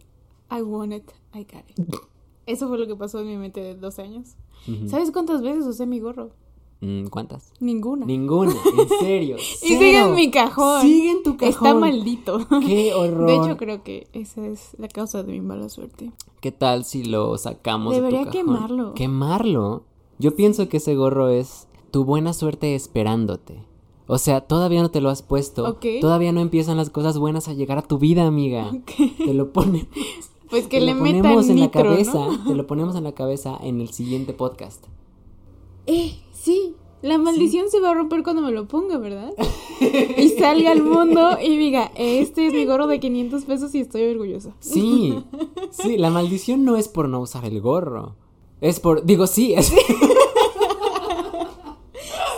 Speaker 2: I want it, I got it. Eso fue lo que pasó en mi mente de 12 años.
Speaker 1: Ujú.
Speaker 2: ¿Sabes cuántas veces usé mi gorro?
Speaker 1: Mm, ¿Cuántas?
Speaker 2: Ninguna.
Speaker 1: Ninguna, en serio.
Speaker 2: y sigue
Speaker 1: cero.
Speaker 2: en mi cajón.
Speaker 1: Sigue en tu cajón.
Speaker 2: Está maldito.
Speaker 1: Qué horror.
Speaker 2: De hecho, creo que esa es la causa de mi mala suerte.
Speaker 1: ¿Qué tal si lo sacamos de
Speaker 2: Debería
Speaker 1: tu cajón?
Speaker 2: quemarlo.
Speaker 1: ¿Quemarlo? Yo pienso que ese gorro es tu buena suerte esperándote. O sea, todavía no te lo has puesto.
Speaker 2: Ok.
Speaker 1: Todavía no empiezan las cosas buenas a llegar a tu vida, amiga. Te lo ponemos.
Speaker 2: Pues que
Speaker 1: te
Speaker 2: le
Speaker 1: lo
Speaker 2: metan
Speaker 1: ponemos en la
Speaker 2: nitro, ¿no?
Speaker 1: cabeza. Te lo ponemos en la cabeza en el siguiente podcast.
Speaker 2: Eh, sí, la maldición se va a romper cuando me lo ponga, ¿verdad? y salga al mundo y diga, este es mi gorro de 500 pesos y estoy orgullosa.
Speaker 1: Sí, sí, la maldición no es por no usar el gorro. Es por. Digo, sí, es.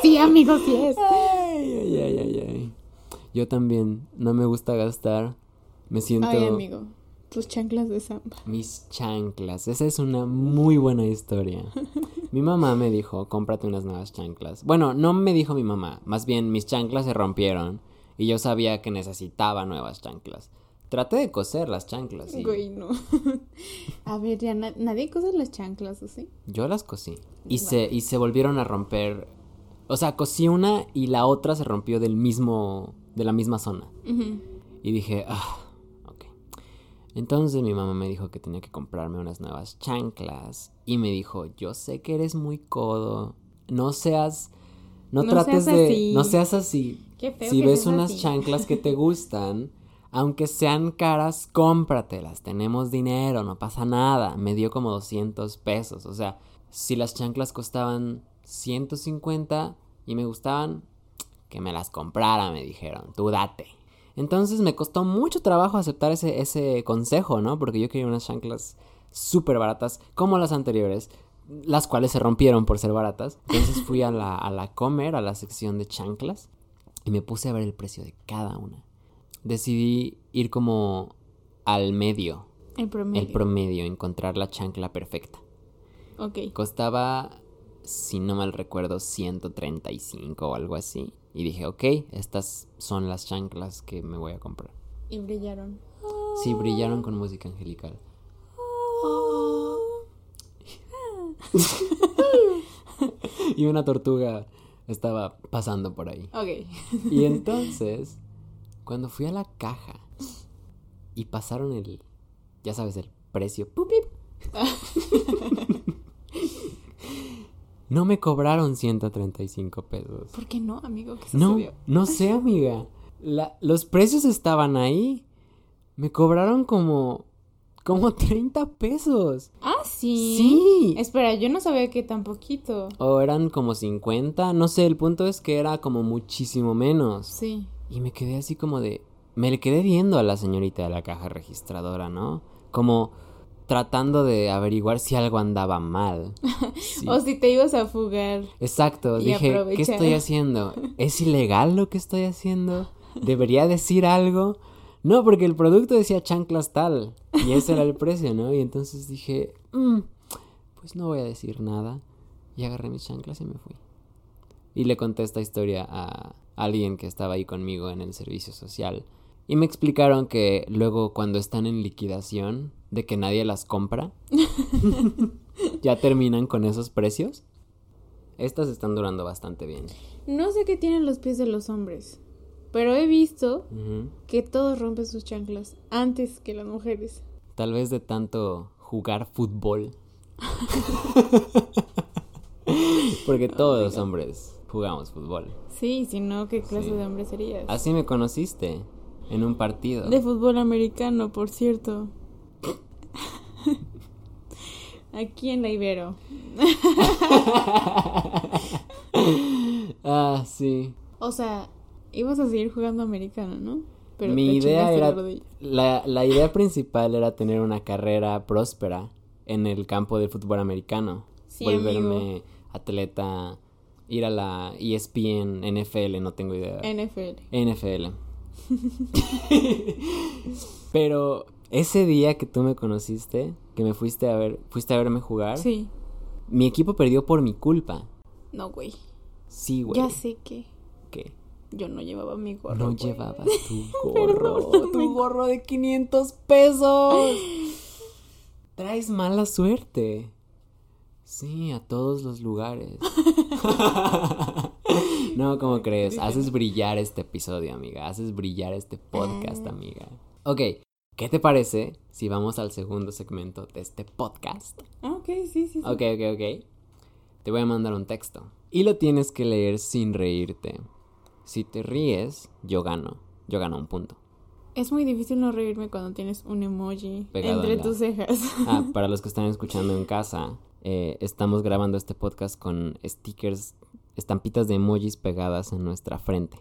Speaker 2: Sí, amigos, sí es.
Speaker 1: Ay, ay, ay, ay, ay. Yo también. No me gusta gastar. Me siento.
Speaker 2: Ay, amigo, tus chanclas de samba.
Speaker 1: Mis chanclas. Esa es una muy buena historia. Mi mamá me dijo, cómprate unas nuevas chanclas. Bueno, no me dijo mi mamá. Más bien, mis chanclas se rompieron. Y yo sabía que necesitaba nuevas chanclas. Traté de coser las chanclas. y
Speaker 2: Güey, no. A ver, ya na- nadie cose las chanclas, ¿o sí?
Speaker 1: Yo las cosí. Y, se, y se volvieron a romper. O sea, cosí una y la otra se rompió del mismo. de la misma zona.
Speaker 2: Ujú.
Speaker 1: Y dije, ah, ok. Entonces mi mamá me dijo que tenía que comprarme unas nuevas chanclas. Y me dijo, yo sé que eres muy codo. No seas. No,
Speaker 2: No
Speaker 1: trates
Speaker 2: seas
Speaker 1: de.
Speaker 2: así.
Speaker 1: No seas así.
Speaker 2: Qué feo
Speaker 1: Si
Speaker 2: que
Speaker 1: ves
Speaker 2: seas
Speaker 1: unas
Speaker 2: así.
Speaker 1: chanclas que te gustan, aunque sean caras, cómpratelas. Tenemos dinero, no pasa nada. Me dio como 200 pesos. O sea, si las chanclas costaban 150 y me gustaban, que me las comprara, me dijeron. Tú date. Entonces me costó mucho trabajo aceptar ese, ese consejo, ¿no? Porque yo quería unas chanclas súper baratas, como las anteriores, las cuales se rompieron por ser baratas. Entonces fui a la, a la comer, a la sección de chanclas, y me puse a ver el precio de cada una. Decidí ir como al medio,
Speaker 2: El promedio.
Speaker 1: el promedio, encontrar la chancla perfecta.
Speaker 2: ok.
Speaker 1: Costaba, si no mal recuerdo, 135 o algo así. Y dije, ok, estas son las chanclas que me voy a comprar.
Speaker 2: Y brillaron.
Speaker 1: Sí, brillaron con música angelical.
Speaker 2: Oh.
Speaker 1: y una tortuga estaba pasando por ahí.
Speaker 2: Ok.
Speaker 1: Y entonces, cuando fui a la caja y pasaron el, ya sabes, el precio, ¡pup, pip! no me cobraron 135 pesos.
Speaker 2: ¿Por qué no, amigo? ¿Qué
Speaker 1: No,
Speaker 2: sucedió?
Speaker 1: no sé, amiga. La- los precios estaban ahí. Me cobraron como, como 30 pesos.
Speaker 2: Ah, sí.
Speaker 1: Sí.
Speaker 2: Espera, yo no sabía que tan poquito.
Speaker 1: O eran como 50, no sé, el punto es que era como muchísimo menos.
Speaker 2: Sí.
Speaker 1: Y me quedé así como de... Me le quedé viendo a la señorita de la caja registradora, ¿no? Como tratando de averiguar si algo andaba mal. Sí.
Speaker 2: O si te ibas a fugar.
Speaker 1: Exacto,
Speaker 2: Y
Speaker 1: dije, ¿qué
Speaker 2: aprovechar.
Speaker 1: estoy haciendo? ¿Es ilegal lo que estoy haciendo? ¿Debería decir algo? No, porque el producto decía chanclas tal. Y ese era el precio, ¿no? Y entonces dije, "Mm, pues no voy a decir nada. Y agarré mis chanclas y me fui. Y le conté esta historia a alguien que estaba ahí conmigo en el servicio social. Y me explicaron que luego cuando están en liquidación, de que nadie las compra, ya terminan con esos precios. Estas están durando bastante bien.
Speaker 2: No sé qué tienen los pies de los hombres. Pero he visto
Speaker 1: Ujú.
Speaker 2: que todos rompen sus chanclas antes que las mujeres.
Speaker 1: Tal vez de tanto jugar fútbol. Porque todos los hombres jugamos fútbol.
Speaker 2: Sí, si no, ¿qué clase
Speaker 1: Sí. Ah,
Speaker 2: de hombre serías?
Speaker 1: Así me conociste en un partido.
Speaker 2: De fútbol americano, por cierto. Aquí en la Ibero.
Speaker 1: ah, sí.
Speaker 2: O sea, ibas a seguir jugando americano, ¿no? Pero
Speaker 1: Mi
Speaker 2: te
Speaker 1: idea
Speaker 2: chingaste la
Speaker 1: era
Speaker 2: rodilla.
Speaker 1: la, la idea principal era tener una carrera próspera en el campo del fútbol americano.
Speaker 2: Sí,
Speaker 1: Volverme
Speaker 2: amigo.
Speaker 1: atleta, ir a la E ESPN, NFL, no tengo idea.
Speaker 2: NFL.
Speaker 1: NFL. Pero ese día que tú me conociste, que me fuiste a ver, fuiste a verme jugar,
Speaker 2: Sí.
Speaker 1: mi equipo perdió por mi culpa.
Speaker 2: No, güey.
Speaker 1: Sí, güey.
Speaker 2: Ya sé que
Speaker 1: ¿Qué?
Speaker 2: yo no llevaba mi gorro.
Speaker 1: No
Speaker 2: güey.
Speaker 1: llevabas tu gorro.
Speaker 2: Perdóname.
Speaker 1: tu gorro de 500 pesos. Traes mala suerte. Sí, a todos los lugares. no, ¿cómo crees? Haces brillar este episodio, amiga. Haces brillar este podcast, amiga. Ok, ¿qué te parece si vamos al segundo segmento de este podcast?
Speaker 2: Ah, ok, sí, sí. sí.
Speaker 1: Ok, ok, ok. Te voy a mandar un texto. Y lo tienes que leer sin reírte. Si te ríes, yo gano. Yo gano un punto.
Speaker 2: Es muy difícil no reírme cuando tienes un emoji
Speaker 1: Pegado
Speaker 2: entre
Speaker 1: en la-
Speaker 2: tus cejas.
Speaker 1: Ah, para los que están escuchando en casa, eh, estamos grabando este podcast con stickers, estampitas de emojis pegadas en nuestra frente.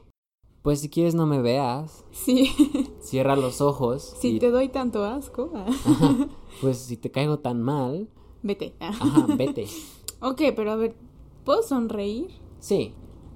Speaker 1: Pues si quieres no me veas,
Speaker 2: Sí.
Speaker 1: cierra los ojos.
Speaker 2: si
Speaker 1: y,
Speaker 2: te doy tanto asco. ah.
Speaker 1: Pues si te caigo tan mal,
Speaker 2: Vete. Ah.
Speaker 1: Ajá, vete.
Speaker 2: ok, pero a ver, ¿puedo sonreír?
Speaker 1: Sí.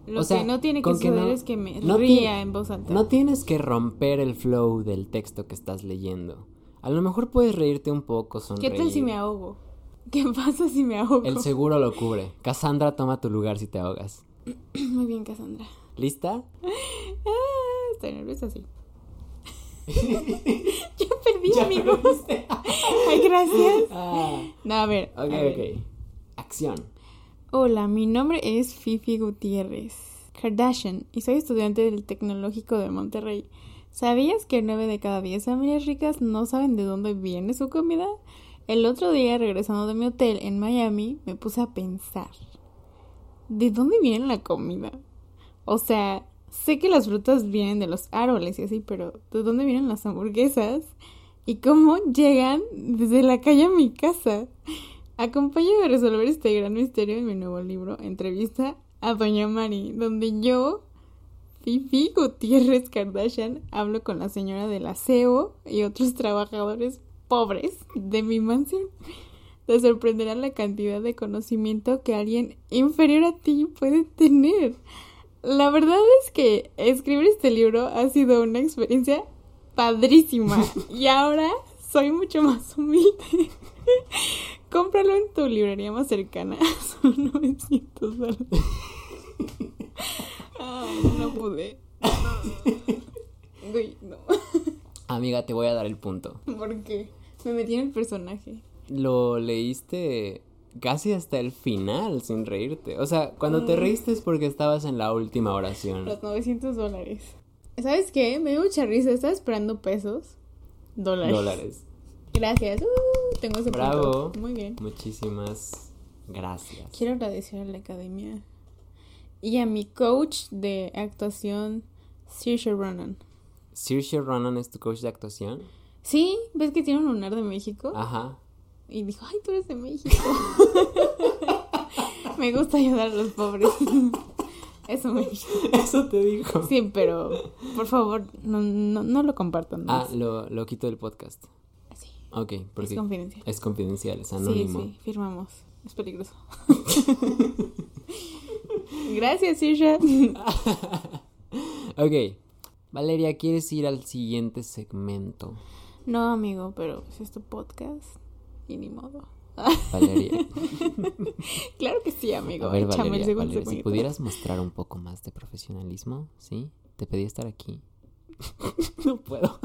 Speaker 2: Lo
Speaker 1: O sea,
Speaker 2: que no tiene que
Speaker 1: con que
Speaker 2: suceder
Speaker 1: no-
Speaker 2: es que me
Speaker 1: no
Speaker 2: ría
Speaker 1: tiene-
Speaker 2: en voz alta.
Speaker 1: No tienes que romper el flow del texto que estás leyendo. A lo mejor puedes reírte un poco,
Speaker 2: ¿Qué
Speaker 1: sonreír.
Speaker 2: tal si me ahogo? ¿Qué pasa si me ahogo?
Speaker 1: El seguro lo cubre. Cassandra toma tu lugar si te ahogas.
Speaker 2: Muy bien, Cassandra.
Speaker 1: ¿Lista?
Speaker 2: Ah, estoy nerviosa, sí. Yo perdí, amigos. Ay, gracias.
Speaker 1: Ah,
Speaker 2: No, a ver. a
Speaker 1: ok,
Speaker 2: ver.
Speaker 1: ok. Acción.
Speaker 2: Hola, mi nombre es Fifi Gutiérrez Kardashian y soy estudiante del Tecnológico de Monterrey. ¿Sabías que 9 de cada 10 familias ricas no saben de dónde viene su comida? El otro día, regresando de mi hotel en Miami, me puse a pensar, ¿de dónde viene la comida? O sea, sé que las frutas vienen de los árboles y así, pero ¿de dónde vienen las hamburguesas? ¿Y cómo llegan desde la calle a mi casa? Acompáñame a resolver este gran misterio en mi nuevo libro, Entrevista a Doña Mari, donde yo, Fifi Gutiérrez Kardashian, hablo con la señora del aseo y otros trabajadores pobres de mi mansión. Te sorprenderá la cantidad de conocimiento que alguien inferior a ti puede tener. La verdad es que escribir este libro ha sido una experiencia padrísima y ahora soy mucho más humilde. Cómpralo en tu librería más cercana. Son 900 dólares. Ay, no pude. Güey, no.
Speaker 1: Amiga, te voy a dar el punto.
Speaker 2: ¿Por qué? Me metí en el personaje.
Speaker 1: Lo leíste casi hasta el final sin reírte. O sea, cuando te reíste es porque estabas en la última oración.
Speaker 2: Mm. Los 900 dólares. ¿Sabes qué? Me dio mucha risa. Estaba esperando pesos. Dólares.
Speaker 1: Dólares.
Speaker 2: Gracias. Uh, tengo ese
Speaker 1: Bravo.
Speaker 2: punto. Muy bien.
Speaker 1: Muchísimas gracias.
Speaker 2: Quiero agradecer a la academia y a mi coach de actuación, Saoirse Ronan.
Speaker 1: Saoirse Ronan es tu coach de actuación.
Speaker 2: Sí, ¿ves que tiene un lunar de México?
Speaker 1: Ajá.
Speaker 2: Y dijo, ay, tú eres de México. me gusta ayudar a los pobres. Eso me dijo.
Speaker 1: Eso te dijo.
Speaker 2: Sí, pero por favor, no, no, no lo compartan.
Speaker 1: Ah,
Speaker 2: más.
Speaker 1: lo, lo quito del podcast.
Speaker 2: Sí,
Speaker 1: Ok,
Speaker 2: es
Speaker 1: porque
Speaker 2: confidencial.
Speaker 1: es confidencial, es
Speaker 2: Sí,
Speaker 1: anónimo.
Speaker 2: sí, firmamos. Es peligroso. Gracias, Isha.
Speaker 1: Ok. Valeria, ¿quieres ir al siguiente segmento?
Speaker 2: No, amigo, pero es este podcast y ni modo.
Speaker 1: Valeria.
Speaker 2: Claro que sí, amigo.
Speaker 1: A ver,
Speaker 2: Échame
Speaker 1: Valeria,
Speaker 2: el segundo
Speaker 1: Valeria, si
Speaker 2: segmento.
Speaker 1: pudieras mostrar un poco más de profesionalismo, ¿sí? Te pedí estar aquí. no puedo.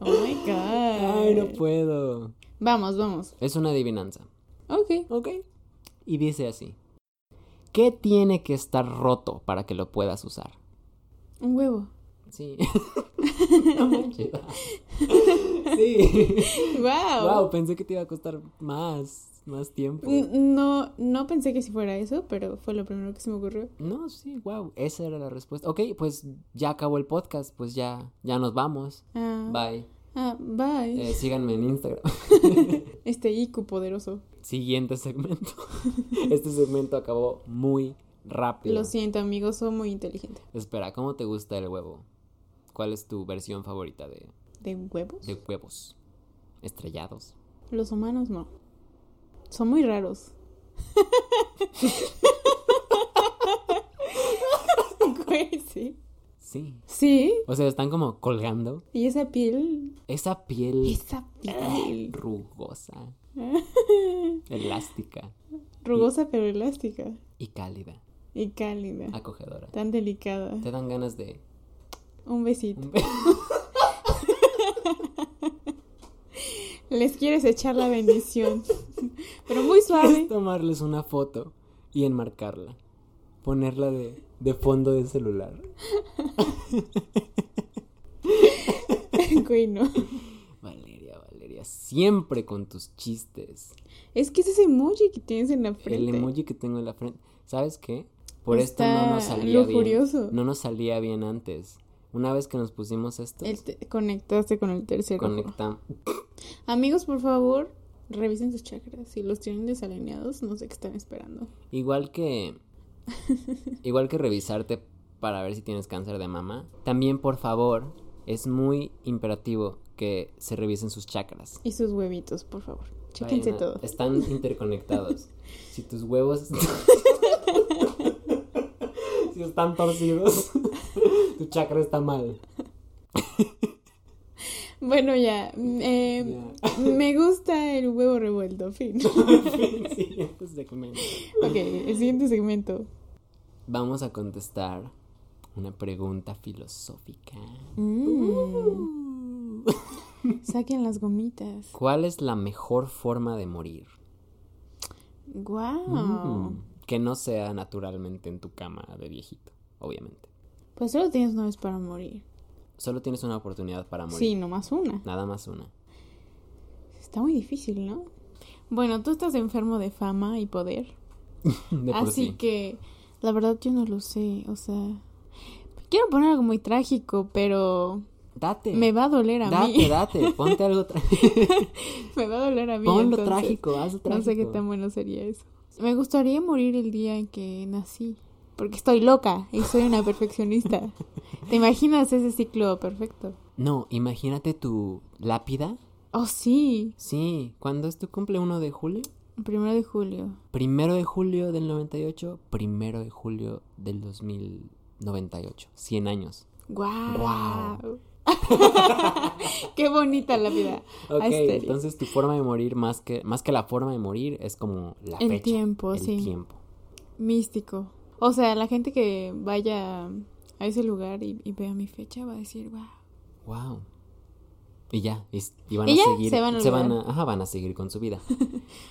Speaker 2: Oh my god.
Speaker 1: Ay, no puedo.
Speaker 2: Vamos, vamos.
Speaker 1: Es una adivinanza.
Speaker 2: Ok.
Speaker 1: Ok. Y dice así. ¿Qué tiene que estar roto para que lo puedas usar?
Speaker 2: Un huevo.
Speaker 1: Sí. no manches. sí.
Speaker 2: Wow.
Speaker 1: Wow, pensé que te iba a costar más, más tiempo.
Speaker 2: N- No, no pensé que si fuera eso, pero fue lo primero que se me ocurrió.
Speaker 1: No, sí, wow, esa era la respuesta. Ok, pues ya acabó el podcast, pues ya, ya nos vamos.
Speaker 2: Ah,
Speaker 1: Bye.
Speaker 2: ah, bye.
Speaker 1: Eh, síganme en Instagram.
Speaker 2: Este IQ poderoso.
Speaker 1: Siguiente segmento. Este segmento acabó muy rápido.
Speaker 2: Lo siento, amigos, soy muy inteligente.
Speaker 1: Espera, ¿cómo te gusta el huevo? ¿Cuál es tu versión favorita de,
Speaker 2: ¿De huevos?
Speaker 1: de huevos? Estrellados.
Speaker 2: Los humanos no. Son muy raros. Güey, sí.
Speaker 1: Sí.
Speaker 2: Sí.
Speaker 1: O sea, están como colgando.
Speaker 2: Y esa piel.
Speaker 1: Esa piel
Speaker 2: Esa piel.
Speaker 1: rugosa, Ah. elástica
Speaker 2: Rugosa pero elástica.
Speaker 1: y cálida,
Speaker 2: Y cálida.
Speaker 1: Ah. acogedora.
Speaker 2: Tan delicada.
Speaker 1: Te dan ganas de...
Speaker 2: Un besito.
Speaker 1: un be-
Speaker 2: Les quieres echar la bendición. Pero muy suave.
Speaker 1: es tomarles una foto y enmarcarla. Ponerla de, de fondo de celular.
Speaker 2: Güey, no.
Speaker 1: Valeria, Valeria, siempre con tus chistes.
Speaker 2: Es que es ese emoji que tienes en la frente.
Speaker 1: El emoji que tengo en la frente. ¿Sabes qué? Por esto no nos
Speaker 2: Está
Speaker 1: salía
Speaker 2: lujurioso.
Speaker 1: bien. No nos salía bien antes. Una vez que nos pusimos esto,
Speaker 2: El te- conectaste con el tercer ojo.
Speaker 1: conectamos.
Speaker 2: Amigos, por favor, revisen sus chakras. Si los tienen desalineados, no sé qué están esperando.
Speaker 1: Igual que. igual que revisarte para ver si tienes cáncer de mama. También, por favor, es muy imperativo que se revisen sus chakras.
Speaker 2: Y sus huevitos, por favor. Chéquense
Speaker 1: Vaina.
Speaker 2: todo.
Speaker 1: Están interconectados. si tus huevos. si están torcidos, tu chakra está mal.
Speaker 2: Bueno, ya. eh,
Speaker 1: Ya.
Speaker 2: Me gusta el huevo revuelto, fin.
Speaker 1: Siguiente segmento.
Speaker 2: ok, el siguiente segmento.
Speaker 1: Vamos a contestar una pregunta filosófica. Uh.
Speaker 2: Mm, Saquen las gomitas.
Speaker 1: ¿Cuál es la mejor forma de morir?
Speaker 2: ¡Guau!
Speaker 1: Mm, Que no sea naturalmente en tu cama de viejito, obviamente.
Speaker 2: Pues solo tienes una vez para morir.
Speaker 1: Solo tienes una oportunidad para morir.
Speaker 2: Sí, nomás una.
Speaker 1: Nada más una.
Speaker 2: Está muy difícil, ¿no? Bueno, tú estás enfermo de fama y poder.
Speaker 1: De por
Speaker 2: así
Speaker 1: sí.
Speaker 2: Ah, que, la verdad, yo no lo sé. O sea, quiero poner algo muy trágico, pero
Speaker 1: Date.
Speaker 2: me va a doler a
Speaker 1: date,
Speaker 2: mí.
Speaker 1: date. Ponte algo tra-
Speaker 2: me va a doler a mí.
Speaker 1: Pon lo
Speaker 2: entonces,
Speaker 1: trágico, hazlo trágico.
Speaker 2: No sé qué tan bueno sería eso. Me gustaría morir el día en que nací. Porque estoy loca y soy una perfeccionista. ¿Te imaginas ese ciclo perfecto?
Speaker 1: No, imagínate tu lápida.
Speaker 2: Oh, sí.
Speaker 1: Sí, ¿cuándo es tu cumple? ¿1 de julio?
Speaker 2: Primero de julio.
Speaker 1: Primero de julio del 98, primero de julio del 2098. 100 años.
Speaker 2: ¡Guau!
Speaker 1: Guau.
Speaker 2: ¡Qué bonita la vida!
Speaker 1: Ok,
Speaker 2: Ahí estaría.
Speaker 1: entonces tu forma de morir, más que, más que la forma de morir, es como la
Speaker 2: El
Speaker 1: fecha.
Speaker 2: tiempo,
Speaker 1: el
Speaker 2: sí.
Speaker 1: tiempo.
Speaker 2: Místico. O sea, la gente que vaya a ese lugar y, y vea mi fecha va a decir, wow.
Speaker 1: Wow. Y ya, y, s- y van
Speaker 2: Y
Speaker 1: a
Speaker 2: ya,
Speaker 1: seguir.
Speaker 2: se van a olvidar.
Speaker 1: a- ajá, van a seguir con su vida.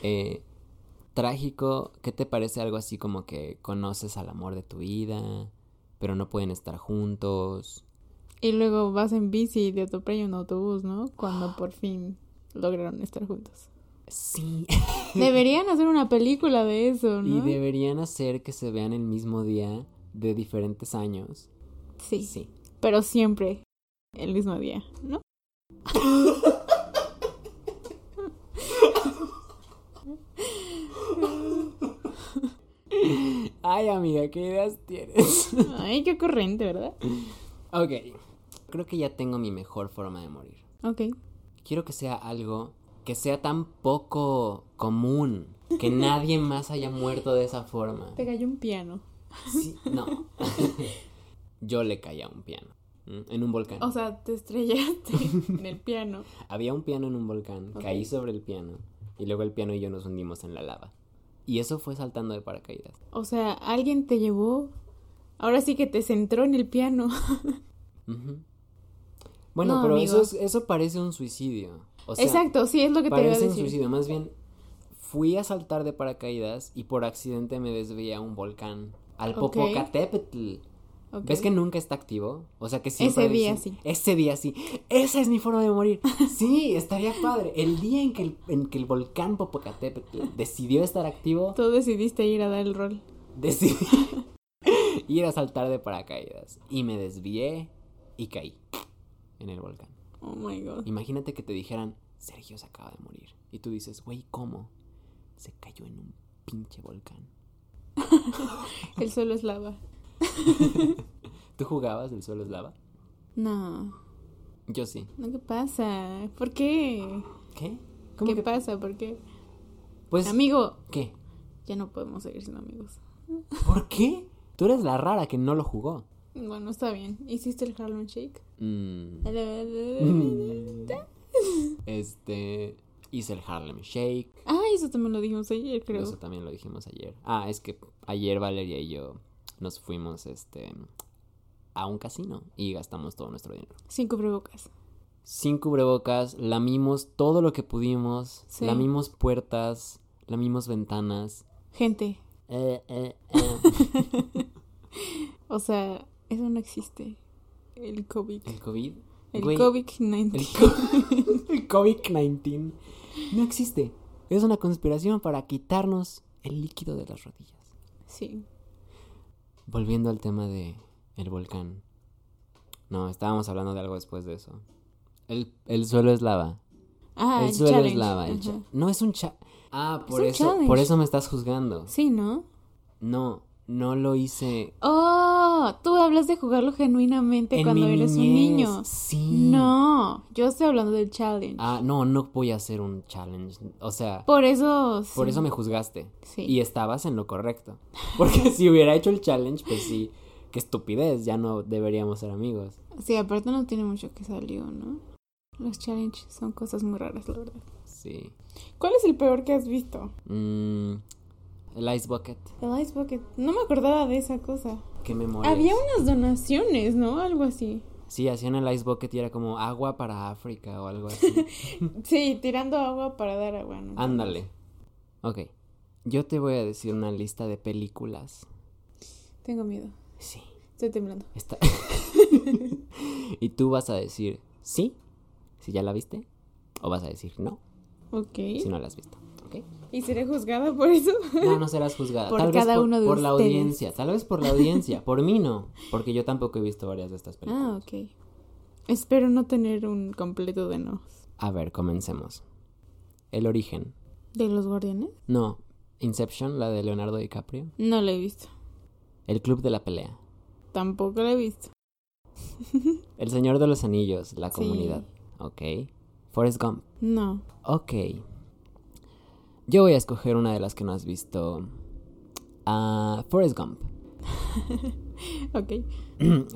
Speaker 1: Eh, trágico, ¿qué te parece algo así como que conoces al amor de tu vida, pero no pueden estar juntos?
Speaker 2: Y luego vas en bici de atropella un autobús, ¿no? Cuando por fin lograron estar juntos.
Speaker 1: Sí.
Speaker 2: Deberían hacer una película de eso,
Speaker 1: Y
Speaker 2: ¿no?
Speaker 1: deberían hacer que se vean el mismo día de diferentes años.
Speaker 2: Sí,
Speaker 1: Sí.
Speaker 2: Pero siempre el mismo día, ¿no?
Speaker 1: Ay, amiga, ¿qué ideas tienes?
Speaker 2: Ay, qué corriente, ¿verdad?
Speaker 1: ok. Creo que ya tengo mi mejor forma de morir.
Speaker 2: Ok.
Speaker 1: quiero que sea algo que sea tan poco común que nadie más haya muerto de esa forma.
Speaker 2: Te cayó un piano.
Speaker 1: Sí, no. Yo le caí a un piano. ¿m? En un volcán.
Speaker 2: O sea, te estrellaste en el piano.
Speaker 1: Había un piano en un volcán.
Speaker 2: Ok.
Speaker 1: Caí sobre el piano. Y luego el piano y yo nos hundimos en la lava. Y eso fue saltando de paracaídas.
Speaker 2: O sea, alguien te llevó. Ahora sí que te centró en el piano.
Speaker 1: Ujú. Bueno,
Speaker 2: No,
Speaker 1: pero
Speaker 2: amigo.
Speaker 1: eso, es- eso parece un suicidio. O sea,
Speaker 2: Exacto, sí, es lo que te iba a
Speaker 1: Parece un
Speaker 2: decir.
Speaker 1: suicidio, más bien fui a saltar de paracaídas y por accidente me desvié a un volcán, al
Speaker 2: Ok.
Speaker 1: Popocatépetl.
Speaker 2: Ok.
Speaker 1: ¿Ves que nunca está activo? O sea que siempre
Speaker 2: Ese día
Speaker 1: dicen,
Speaker 2: sí.
Speaker 1: Ese día sí. Esa es mi forma de morir. Sí, estaría padre. El día en que el, en que el volcán Popocatépetl decidió estar activo,
Speaker 2: Tú decidiste ir a dar el rol.
Speaker 1: decidí ir a saltar de paracaídas y me desvié y caí en el volcán.
Speaker 2: Oh my god.
Speaker 1: Imagínate que te dijeran, Sergio se acaba de morir. Y tú dices, güey, ¿cómo? Se cayó en un pinche volcán.
Speaker 2: El suelo es lava.
Speaker 1: ¿Tú jugabas del suelo es lava?
Speaker 2: No,
Speaker 1: Yo sí.
Speaker 2: no, ¿qué pasa? ¿Por qué?
Speaker 1: ¿Qué? ¿Cómo
Speaker 2: ¿Qué
Speaker 1: que-
Speaker 2: pasa? ¿Por qué?
Speaker 1: Pues,
Speaker 2: Amigo,
Speaker 1: ¿qué?
Speaker 2: ya no podemos seguir siendo amigos.
Speaker 1: ¿Por qué? Tú eres la rara que no lo jugó.
Speaker 2: Bueno, está bien. ¿Hiciste el Harlem Shake? Ah,
Speaker 1: Mm. Mm. Este, hice el Harlem Shake.
Speaker 2: Ah, eso también lo dijimos ayer, creo.
Speaker 1: Eso también lo dijimos ayer. Ah, es que ayer Valeria y yo nos fuimos, este, a un casino y gastamos todo nuestro dinero.
Speaker 2: Sin cubrebocas.
Speaker 1: sin cubrebocas, lamimos todo lo que pudimos,
Speaker 2: Sí.
Speaker 1: lamimos puertas, lamimos ventanas.
Speaker 2: Gente,
Speaker 1: Eh, eh, eh.
Speaker 2: o sea, eso no existe. El COVID.
Speaker 1: ¿El COVID?
Speaker 2: El
Speaker 1: Güey, El,
Speaker 2: COVID-19.
Speaker 1: co- el COVID-19 no existe. Es una conspiración para quitarnos el líquido de las rodillas.
Speaker 2: Sí.
Speaker 1: Volviendo al tema de el volcán. No, estábamos hablando de algo después de eso. El, el suelo es lava.
Speaker 2: Ah,
Speaker 1: el
Speaker 2: el
Speaker 1: suelo
Speaker 2: challenge.
Speaker 1: es lava. el cha-
Speaker 2: Ajá.
Speaker 1: no es un cha- Ah, por
Speaker 2: un
Speaker 1: eso, por
Speaker 2: challenge.
Speaker 1: eso me estás juzgando.
Speaker 2: Sí, ¿no?
Speaker 1: No, no lo hice.
Speaker 2: Oh, tú hablas de jugarlo genuinamente
Speaker 1: En
Speaker 2: cuando
Speaker 1: mi
Speaker 2: eres un
Speaker 1: niñez,
Speaker 2: niño.
Speaker 1: Sí.
Speaker 2: No, yo estoy hablando del challenge.
Speaker 1: Ah, no, no voy a hacer un challenge. O sea,
Speaker 2: Por eso. sí.
Speaker 1: por eso me juzgaste.
Speaker 2: Sí.
Speaker 1: Y estabas en lo correcto. Porque si hubiera hecho el challenge, pues sí. Qué estupidez, ya no deberíamos ser amigos.
Speaker 2: Sí, aparte no tiene mucho que salió, ¿no? Los challenges son cosas muy raras, la verdad.
Speaker 1: Sí.
Speaker 2: ¿Cuál es el peor que has visto?
Speaker 1: Mm, el Ice Bucket.
Speaker 2: El Ice Bucket. No me acordaba de esa cosa.
Speaker 1: Qué memoria.
Speaker 2: Había unas donaciones, ¿no? Algo así.
Speaker 1: Sí, hacían el Ice Bucket y era como agua para África o algo así.
Speaker 2: Sí, tirando agua para dar agua, ¿no?
Speaker 1: Ándale. Ok. Yo te voy a decir una lista de películas.
Speaker 2: Tengo miedo.
Speaker 1: Sí.
Speaker 2: Estoy temblando.
Speaker 1: Está. y tú vas a decir sí, si ya la viste, o vas a decir no,
Speaker 2: Ok.
Speaker 1: si no la has visto. ¿Ok?
Speaker 2: ¿Y seré juzgada por eso?
Speaker 1: No, no serás juzgada.
Speaker 2: Por
Speaker 1: tal
Speaker 2: cada
Speaker 1: vez por,
Speaker 2: uno de
Speaker 1: por la
Speaker 2: ustedes.
Speaker 1: audiencia. Tal vez por la audiencia. Por mí no. Porque yo tampoco he visto varias de estas películas.
Speaker 2: ah, ok. Espero no tener un completo de no.
Speaker 1: A ver, comencemos. El origen.
Speaker 2: ¿De los guardianes?
Speaker 1: No. Inception, la de Leonardo DiCaprio.
Speaker 2: No la he visto.
Speaker 1: El Club de la Pelea.
Speaker 2: Tampoco la he visto.
Speaker 1: El Señor de los Anillos, la
Speaker 2: Sí.
Speaker 1: comunidad. Ok. Forrest Gump.
Speaker 2: No.
Speaker 1: Ok. Yo voy a escoger una de las que no has visto. Ah, Forrest Gump.
Speaker 2: Ok.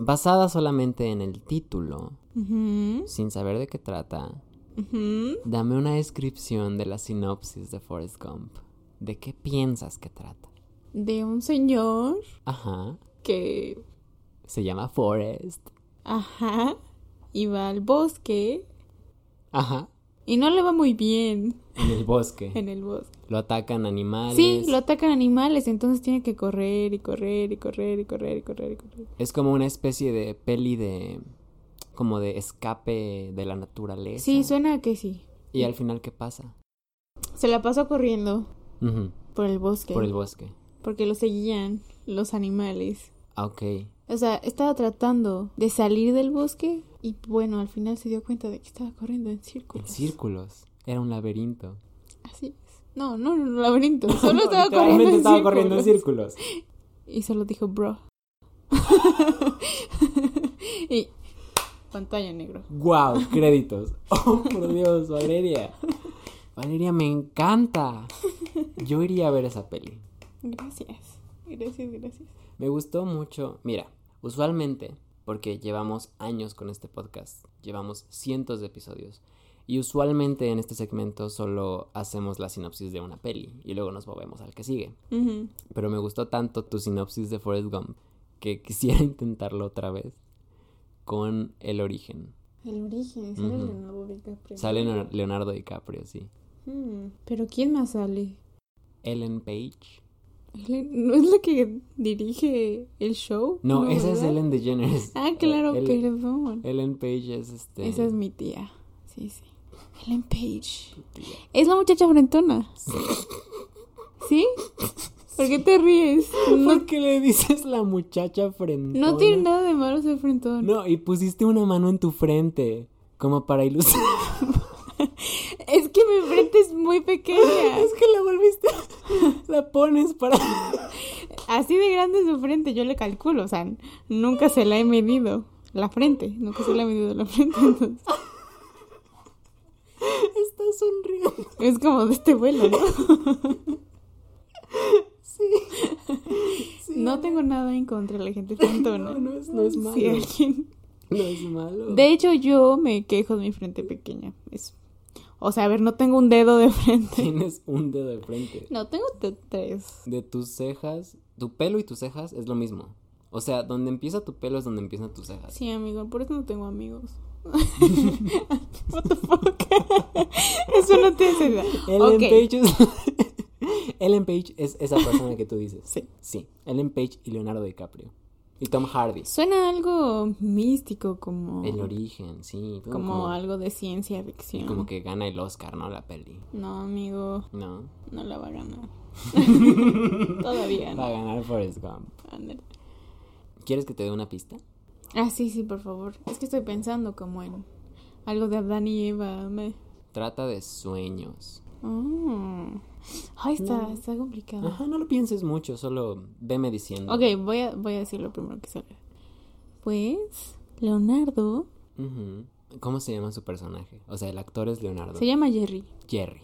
Speaker 1: Basada solamente en el título,
Speaker 2: Ujú,
Speaker 1: sin saber de qué trata,
Speaker 2: ujú.
Speaker 1: dame una descripción de la sinopsis de Forrest Gump. ¿De qué piensas que trata?
Speaker 2: De un señor
Speaker 1: Ajá.
Speaker 2: que...
Speaker 1: Se llama Forrest.
Speaker 2: Ajá. Iba al bosque
Speaker 1: Ajá.
Speaker 2: y no le va muy bien
Speaker 1: En el bosque.
Speaker 2: en el bosque.
Speaker 1: Lo atacan animales.
Speaker 2: Sí, lo atacan animales, entonces tiene que correr y correr y correr y correr y correr y correr.
Speaker 1: Es como una especie de peli de... Como de escape de la naturaleza.
Speaker 2: Sí, suena a que sí.
Speaker 1: Y al final, ¿qué pasa?
Speaker 2: Se la pasó corriendo
Speaker 1: Ujú,
Speaker 2: por el bosque.
Speaker 1: Por el bosque.
Speaker 2: Porque lo seguían los animales.
Speaker 1: Ah, Ok.
Speaker 2: O sea, estaba tratando de salir del bosque y bueno, al final se dio cuenta de que estaba corriendo en
Speaker 1: En
Speaker 2: círculos.
Speaker 1: círculos. Era un laberinto.
Speaker 2: Así es. No, no, no, no, laberinto. Solo
Speaker 1: No,
Speaker 2: estaba,
Speaker 1: literalmente
Speaker 2: corriendo en,
Speaker 1: estaba corriendo en
Speaker 2: círculos.
Speaker 1: círculos.
Speaker 2: Y solo dijo, bro. y pantalla negro.
Speaker 1: ¡Guau! créditos. Oh, por Dios, Valeria. Valeria, me encanta. Yo iría a ver esa peli.
Speaker 2: Gracias. Gracias, gracias.
Speaker 1: Me gustó mucho. Mira, usualmente, porque llevamos años con este podcast, llevamos cientos de episodios. Y usualmente en este segmento solo hacemos la sinopsis de una peli y luego nos movemos al que sigue.
Speaker 2: Ujú.
Speaker 1: Pero me gustó tanto tu sinopsis de Forrest Gump que quisiera intentarlo otra vez con el origen.
Speaker 2: El origen, sale
Speaker 1: Ujú.
Speaker 2: Leonardo DiCaprio.
Speaker 1: Sale Leon- Leonardo DiCaprio, sí.
Speaker 2: Hmm, Pero ¿quién más sale?
Speaker 1: Ellen Page.
Speaker 2: ¿Ellen- ¿No es la que dirige el show?
Speaker 1: No, esa es
Speaker 2: ¿verdad?
Speaker 1: Ellen DeGeneres.
Speaker 2: Ah, claro,
Speaker 1: Eh, Ellen,
Speaker 2: perdón.
Speaker 1: Ellen Page es este.
Speaker 2: Esa es mi tía. Sí, sí. Ellen Page.
Speaker 1: tía.
Speaker 2: Es la muchacha frentona. ¿Sí? ¿Por qué te ríes? No,
Speaker 1: ¿Por qué le dices la muchacha frente?
Speaker 2: no tiene nada de malo ser frentón.
Speaker 1: No, y pusiste una mano en tu frente. Como para ilustrar.
Speaker 2: Es que mi frente es muy pequeña.
Speaker 1: es que la volviste. La pones para.
Speaker 2: Así de grande es su frente, yo le calculo. O sea, nunca se la he medido. La frente, nunca se la he medido la frente. Entonces,
Speaker 1: Estás sonriendo.
Speaker 2: es como de este vuelo, ¿no?
Speaker 1: Sí,
Speaker 2: No tengo nada en contra de la gente frentona.
Speaker 1: No, no es- no es malo.
Speaker 2: Si alguien
Speaker 1: No es malo.
Speaker 2: De hecho, yo me quejo de mi frente pequeña. Es... O sea, a ver, no tengo un dedo de frente.
Speaker 1: Tienes un dedo de frente.
Speaker 2: No, tengo te- tres.
Speaker 1: De tus cejas. Tu pelo y tus cejas es lo mismo. O sea, donde empieza tu pelo es donde empiezan tus cejas.
Speaker 2: Sí, amigo, por eso no tengo amigos. What the fuck? eso no te hace nada.
Speaker 1: Ellen
Speaker 2: Ok.
Speaker 1: Page es... Ellen Page es esa persona que tú dices.
Speaker 2: Sí.
Speaker 1: Sí. Ellen Page y Leonardo DiCaprio. Y Tom Hardy.
Speaker 2: Suena algo místico, como,
Speaker 1: El origen, sí. Fue
Speaker 2: como algo de ciencia ficción.
Speaker 1: como que gana el Oscar, ¿no? La peli.
Speaker 2: No, amigo,
Speaker 1: No.
Speaker 2: no la va a ganar. Todavía
Speaker 1: Va a
Speaker 2: no.
Speaker 1: ganar Forrest Gump.
Speaker 2: Ándale.
Speaker 1: ¿Quieres que te dé una pista?
Speaker 2: Ah, sí, sí, por favor. Es que estoy pensando como en algo de Adán y Eva. Me...
Speaker 1: Trata de sueños.
Speaker 2: Mm. Ay, está,
Speaker 1: No.
Speaker 2: está complicado.
Speaker 1: Ajá, no lo pienses mucho, solo veme diciendo.
Speaker 2: Ok, voy a, voy a decir lo primero que sale. Pues, Leonardo
Speaker 1: Ujú. ¿Cómo se llama su personaje? O sea, el actor es Leonardo.
Speaker 2: se llama Jerry.
Speaker 1: Jerry.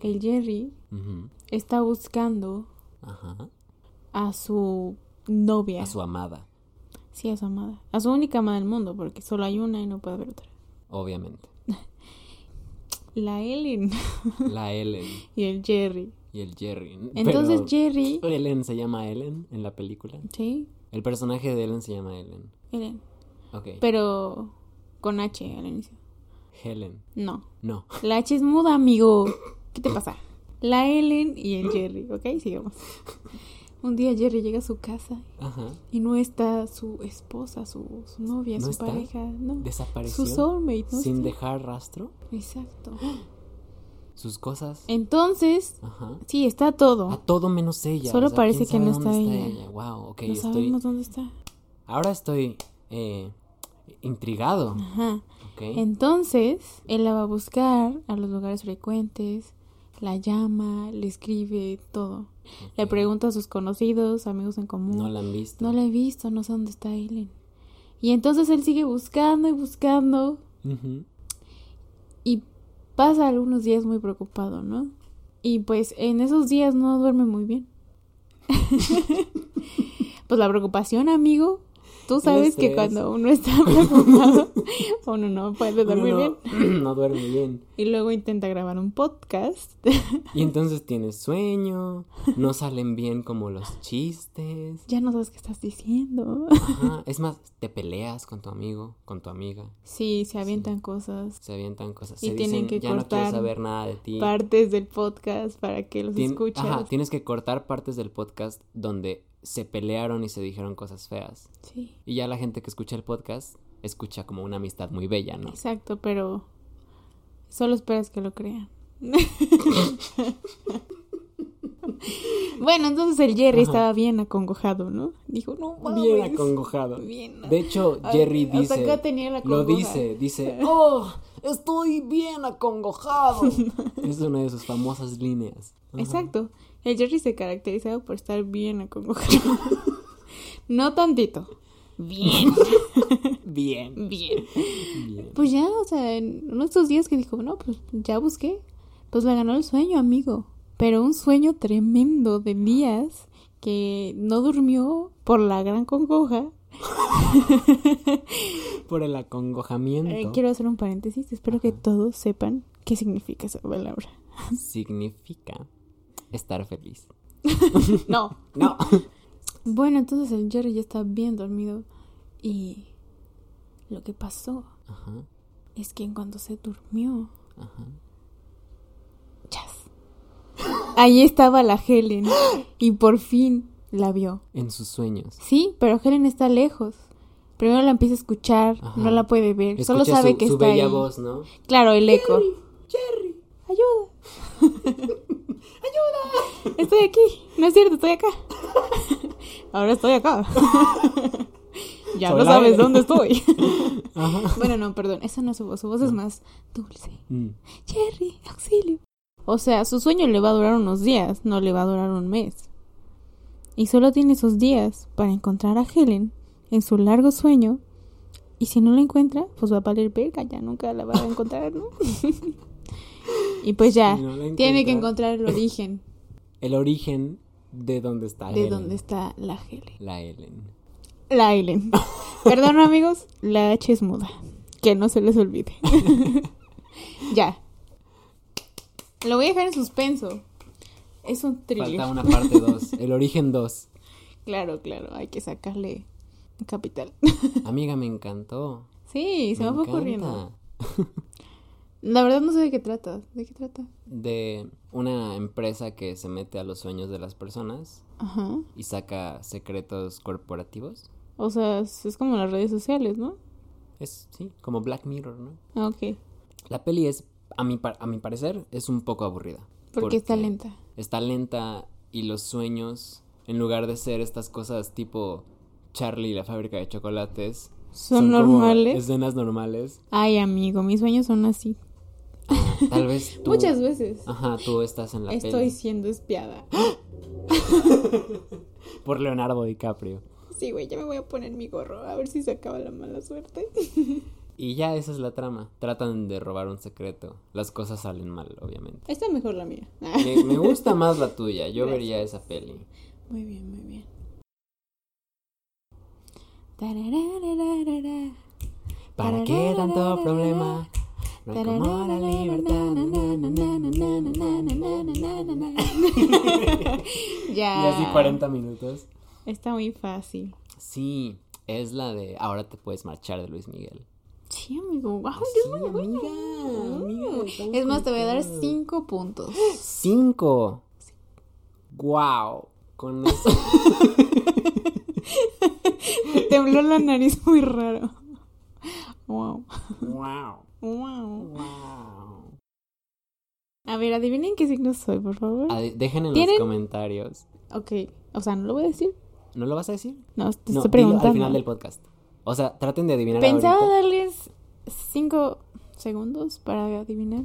Speaker 2: El Jerry
Speaker 1: Ujú.
Speaker 2: está buscando
Speaker 1: Ajá.
Speaker 2: a su novia.
Speaker 1: A su amada,
Speaker 2: Sí, a su amada. A su única amada del mundo, porque solo hay una y no puede haber otra.
Speaker 1: obviamente.
Speaker 2: La Ellen
Speaker 1: La Ellen
Speaker 2: y el Jerry.
Speaker 1: y el Jerry.
Speaker 2: Entonces
Speaker 1: Pero,
Speaker 2: Jerry...
Speaker 1: Ellen se llama Ellen en la película.
Speaker 2: Sí,
Speaker 1: El personaje de Ellen se llama Ellen.
Speaker 2: Ellen.
Speaker 1: Ok.
Speaker 2: Pero con H al inicio.
Speaker 1: Helen.
Speaker 2: No.
Speaker 1: No.
Speaker 2: La H es muda, amigo. ¿Qué te pasa? La Ellen y el Jerry, ¿ok? Sigamos. Un día Jerry llega a su casa
Speaker 1: Ajá.
Speaker 2: y no está su esposa, su, su novia,
Speaker 1: ¿No
Speaker 2: su
Speaker 1: está?
Speaker 2: pareja, no.
Speaker 1: Desapareció.
Speaker 2: Su soulmate, ¿no?
Speaker 1: sin
Speaker 2: está.
Speaker 1: dejar rastro.
Speaker 2: Exacto.
Speaker 1: Sus cosas.
Speaker 2: Entonces,
Speaker 1: Ajá.
Speaker 2: sí, está
Speaker 1: A
Speaker 2: todo.
Speaker 1: todo menos ella.
Speaker 2: Oh. Solo
Speaker 1: O sea,
Speaker 2: parece
Speaker 1: ¿quién
Speaker 2: que
Speaker 1: sabe
Speaker 2: no
Speaker 1: dónde
Speaker 2: está
Speaker 1: está
Speaker 2: ella.
Speaker 1: ella? Wow, ok.
Speaker 2: No
Speaker 1: estoy...
Speaker 2: sabemos dónde está.
Speaker 1: Ahora estoy eh, intrigado.
Speaker 2: Ajá.
Speaker 1: Ok.
Speaker 2: Entonces, él la va a buscar a los lugares frecuentes, la llama, le escribe, todo. Le
Speaker 1: Ok.
Speaker 2: pregunta a sus conocidos, amigos en común.
Speaker 1: No la han visto.
Speaker 2: No la he visto, no sé dónde está Ellen. Y entonces él sigue buscando y buscando
Speaker 1: Ujú.
Speaker 2: y pasa algunos días muy preocupado, ¿no? Y pues en esos días no duerme muy bien. pues la preocupación, amigo, tú sabes que
Speaker 1: estrés.
Speaker 2: cuando uno está preocupado, uno no puede
Speaker 1: Uno
Speaker 2: dormir bien.
Speaker 1: no, no duerme bien.
Speaker 2: Y luego intenta grabar un podcast.
Speaker 1: Y entonces tienes sueño, no salen bien como los chistes.
Speaker 2: ya no sabes qué estás diciendo.
Speaker 1: Ajá. Es más, te peleas con tu amigo, con tu amiga.
Speaker 2: Sí, se avientan cosas,
Speaker 1: Se avientan cosas.
Speaker 2: Y
Speaker 1: se
Speaker 2: tienen
Speaker 1: dicen,
Speaker 2: que
Speaker 1: ya no quiero
Speaker 2: cortar
Speaker 1: saber nada de ti.
Speaker 2: partes del podcast para que los
Speaker 1: Tien-
Speaker 2: escuches.
Speaker 1: Ajá, tienes que cortar partes del podcast donde se pelearon y se dijeron cosas feas.
Speaker 2: Sí,
Speaker 1: Y ya la gente que escucha el podcast escucha como una amistad muy bella, ¿no?
Speaker 2: exacto, pero solo esperas que lo crean. bueno, entonces el Jerry
Speaker 1: Ajá.
Speaker 2: estaba bien acongojado, ¿no? Dijo, no, mames,
Speaker 1: Bien acongojado.
Speaker 2: Bien.
Speaker 1: De hecho,
Speaker 2: Ay,
Speaker 1: Jerry
Speaker 2: Hasta acá
Speaker 1: dice,
Speaker 2: tenía la
Speaker 1: lo dice, dice, oh, estoy bien acongojado. es una de sus famosas líneas. Ajá.
Speaker 2: Exacto. El Jerry se caracterizaba por estar bien acongojado. no tantito. Bien.
Speaker 1: Bien.
Speaker 2: Bien.
Speaker 1: bien.
Speaker 2: Pues ya, o sea, en uno de estos días que dijo, no, pues ya busqué, pues le ganó el sueño, amigo. Pero un sueño tremendo de días que no durmió por la gran congoja.
Speaker 1: Por el
Speaker 2: Eh,
Speaker 1: acongojamiento
Speaker 2: quiero hacer un paréntesis, espero que todos sepan qué significa esa palabra.
Speaker 1: significa estar feliz.
Speaker 2: No.
Speaker 1: No.
Speaker 2: Bueno, entonces el Jerry ya está bien dormido y lo que pasó
Speaker 1: Ajá,
Speaker 2: es que en cuanto se durmió,
Speaker 1: ajá.
Speaker 2: chas. Ahí estaba la Helen y por fin la vio.
Speaker 1: En sus sueños.
Speaker 2: Sí, pero Helen está lejos. Primero la empieza a escuchar,
Speaker 1: Ajá.
Speaker 2: no la puede ver, solo
Speaker 1: Escucha
Speaker 2: sabe
Speaker 1: su,
Speaker 2: que
Speaker 1: su
Speaker 2: está
Speaker 1: bella
Speaker 2: ahí.
Speaker 1: voz, ¿no?
Speaker 2: Claro, el eco.
Speaker 1: Jerry.
Speaker 2: Ayuda. Ayuda. Estoy aquí. No es cierto, estoy acá. Ahora estoy acá. ya
Speaker 1: Soy la
Speaker 2: no sabes
Speaker 1: Ellen.
Speaker 2: dónde estoy.
Speaker 1: Ajá.
Speaker 2: bueno, no, perdón, esa no es su voz, su voz es más dulce.
Speaker 1: Mm.
Speaker 2: Jerry, auxilio. O sea, su sueño le va a durar unos días, no le va a durar un mes. Y solo tiene esos días para encontrar a Helen en su largo sueño. Y si no la encuentra, pues va a valer verga, ya nunca la va a encontrar, ¿no? y pues ya,
Speaker 1: Si no la
Speaker 2: tiene
Speaker 1: encuentra-
Speaker 2: que encontrar el origen
Speaker 1: El origen de dónde está
Speaker 2: de
Speaker 1: Helen.
Speaker 2: dónde está la Helen.
Speaker 1: La Helen.
Speaker 2: La Helen. Perdón, amigos, la H es muda. Que no se les olvide. ya. Lo voy a dejar en suspenso. Es un thriller.
Speaker 1: Falta una parte 2. El origen 2.
Speaker 2: Claro, claro, hay que sacarle capital.
Speaker 1: Amiga, me encantó.
Speaker 2: Sí, se me,
Speaker 1: me
Speaker 2: fue
Speaker 1: encanta.
Speaker 2: ocurriendo. La verdad no sé de qué trata. ¿De qué trata?
Speaker 1: De una empresa que se mete a los sueños de las personas
Speaker 2: Ajá.
Speaker 1: y saca secretos corporativos.
Speaker 2: O sea, es es como las redes sociales, ¿no?
Speaker 1: Es, sí, como Black Mirror, ¿no?
Speaker 2: Ah, Ok.
Speaker 1: La peli es, a mi, par- a mi parecer, es un poco aburrida.
Speaker 2: Porque está lenta.
Speaker 1: Está lenta y los sueños, en lugar de ser estas cosas tipo Charlie y la fábrica de chocolates,
Speaker 2: Son,
Speaker 1: como
Speaker 2: normales.
Speaker 1: escenas normales.
Speaker 2: Ay, amigo, mis sueños son así.
Speaker 1: Tal vez tú.
Speaker 2: Muchas veces
Speaker 1: Ajá, tú estás en la
Speaker 2: estoy
Speaker 1: peli.
Speaker 2: siendo espiada.
Speaker 1: Por Leonardo DiCaprio.
Speaker 2: Sí, güey, ya me voy a poner mi gorro, a ver si se acaba la mala suerte.
Speaker 1: Y ya esa es la trama. Tratan de robar un secreto. Las cosas salen mal, obviamente.
Speaker 2: Está mejor la mía. Ah.
Speaker 1: Me, me gusta más la tuya. Yo vería esa peli.
Speaker 2: Muy bien, muy bien. Tarararararara.
Speaker 1: ¿Para qué tanto problema? No hay como la libertad. na, na, na, na, na, na, na, na, na, na.
Speaker 2: ya.
Speaker 1: Y así 40 minutos.
Speaker 2: Está muy fácil.
Speaker 1: Sí, es la de Ahora te puedes marchar de Luis Miguel.
Speaker 2: Sí, amigo. Wow,
Speaker 1: Sí,
Speaker 2: es muy buena.
Speaker 1: amiga, amiga, estamos
Speaker 2: es más, te voy a dar
Speaker 1: conectadas.
Speaker 2: 5 puntos.
Speaker 1: ¡Cinco! ¡Wow! Con eso.
Speaker 2: Te tembló la nariz muy raro. Wow.
Speaker 1: ¡Wow!
Speaker 2: Wow.
Speaker 1: ¡Wow!
Speaker 2: A ver, adivinen qué signo soy, por favor.
Speaker 1: Ah, de- Dejen en
Speaker 2: ¿Tienen-
Speaker 1: los comentarios.
Speaker 2: Ok, o sea, no lo voy a decir.
Speaker 1: ¿No lo vas a decir?
Speaker 2: No, te
Speaker 1: No,
Speaker 2: estoy
Speaker 1: dilo
Speaker 2: preguntando.
Speaker 1: al final del podcast. O sea, traten de adivinar
Speaker 2: Pensaba
Speaker 1: ahorita.
Speaker 2: darles 5 segundos para adivinar.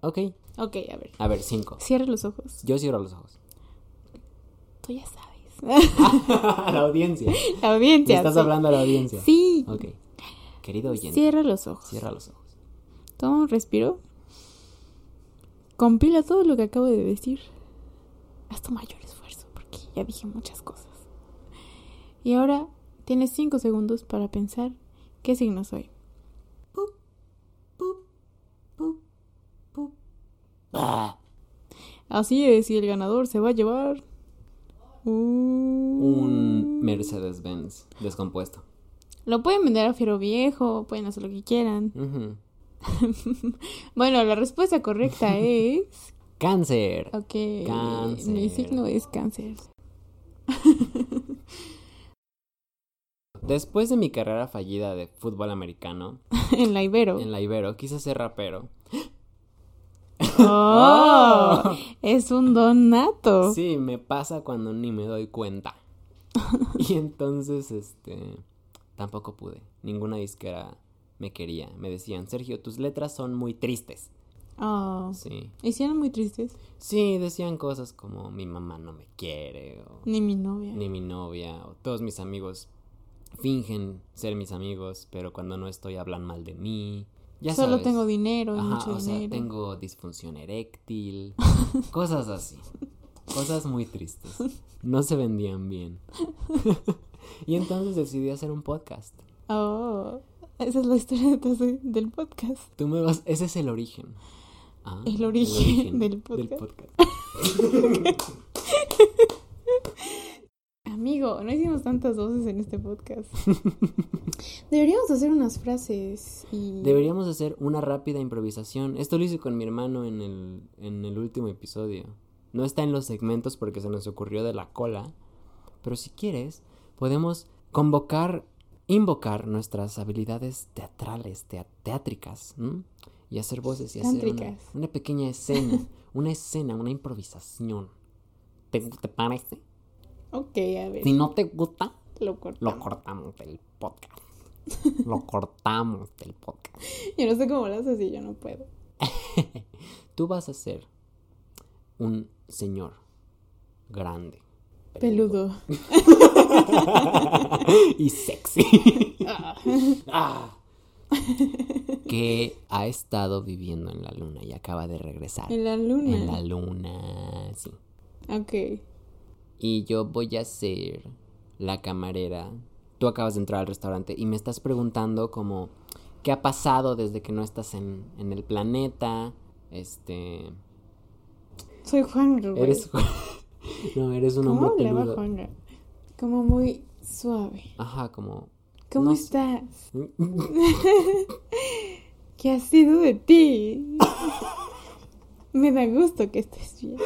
Speaker 1: Ok,
Speaker 2: Ok, a ver.
Speaker 1: a ver, cinco.
Speaker 2: Cierra los ojos.
Speaker 1: Yo cierro los ojos.
Speaker 2: Tú ya sabes.
Speaker 1: la audiencia.
Speaker 2: la
Speaker 1: Le
Speaker 2: audiencia.
Speaker 1: estás
Speaker 2: sí.
Speaker 1: hablando a la audiencia.
Speaker 2: Sí.
Speaker 1: Ok. Querido oyente, cierra,
Speaker 2: Cierra los ojos.
Speaker 1: los ojos.
Speaker 2: Toma un respiro. Compila todo lo que acabo de decir. Haz tu mayor esfuerzo porque ya dije muchas cosas. Y ahora tienes 5 segundos para pensar qué signo soy.
Speaker 1: Ah,
Speaker 2: Así es, y el ganador se va a llevar un...
Speaker 1: un Mercedes-Benz descompuesto.
Speaker 2: Lo pueden vender a Fiero Viejo, pueden hacer lo que quieran.
Speaker 1: Ujú.
Speaker 2: Bueno, la respuesta correcta es
Speaker 1: Cáncer.
Speaker 2: Ok, mi
Speaker 1: Cáncer.
Speaker 2: signo es cáncer.
Speaker 1: Después de mi carrera fallida de fútbol americano
Speaker 2: en la Ibero.
Speaker 1: en la Ibero, quise ser rapero.
Speaker 2: ¡Oh!
Speaker 1: ¡Oh!
Speaker 2: Es un don nato.
Speaker 1: Sí, me pasa cuando ni me doy cuenta. Y entonces, este, tampoco pude. Ninguna disquera me quería. Me decían, Sergio, tus letras son muy tristes.
Speaker 2: Oh.
Speaker 1: Sí.
Speaker 2: Hicieron muy tristes.
Speaker 1: Sí, decían cosas como mi mamá no me quiere, o
Speaker 2: Ni mi novia.
Speaker 1: ni mi novia, o todos mis amigos fingen ser mis amigos, pero cuando no estoy hablan mal de mí. Ya
Speaker 2: Solo
Speaker 1: sabes.
Speaker 2: tengo dinero y
Speaker 1: Ajá,
Speaker 2: mucho
Speaker 1: o sea,
Speaker 2: dinero.
Speaker 1: tengo disfunción eréctil, cosas así. Cosas muy tristes. No se vendían bien. y entonces decidí hacer un podcast.
Speaker 2: Oh. Esa es la historia detrás de- del podcast.
Speaker 1: Tú me vas, ese es el origen. Ah,
Speaker 2: El origen del podcast. Amigo, no hicimos tantas voces en este podcast. Deberíamos hacer unas frases y.
Speaker 1: Deberíamos hacer una rápida improvisación. Esto lo hice con mi hermano en el, en el último episodio. No está en los segmentos porque se nos ocurrió de la cola. Pero si quieres, podemos convocar, invocar nuestras habilidades teatrales, tea- teátricas, ¿m? y hacer voces y hacer una,
Speaker 2: Tántricas.
Speaker 1: una pequeña escena, una escena, una improvisación. ¿Te, te parece?
Speaker 2: Ok, a ver.
Speaker 1: Si no te gusta,
Speaker 2: Lo corto.
Speaker 1: lo cortamos del podcast. Lo cortamos del podcast.
Speaker 2: Yo no sé cómo lo haces y yo no puedo.
Speaker 1: Tú vas a ser un señor grande.
Speaker 2: Peludo.
Speaker 1: y sexy.
Speaker 2: Ah.
Speaker 1: Ah. que ha estado viviendo en la luna y acaba de regresar.
Speaker 2: En la luna.
Speaker 1: En la luna, sí.
Speaker 2: Ok.
Speaker 1: Y yo voy a ser la camarera. Tú acabas de entrar al restaurante y me estás preguntando como qué ha pasado desde que no estás en, en el planeta. Este,
Speaker 2: Soy Juan güey.
Speaker 1: Eres No, eres un
Speaker 2: ¿Cómo
Speaker 1: hombre
Speaker 2: hablaba
Speaker 1: peludo.
Speaker 2: Juanga? Como muy suave.
Speaker 1: Ajá, como
Speaker 2: ¿Cómo
Speaker 1: No sé.
Speaker 2: estás? ¿Qué ha sido de ti? Me da gusto que estés bien.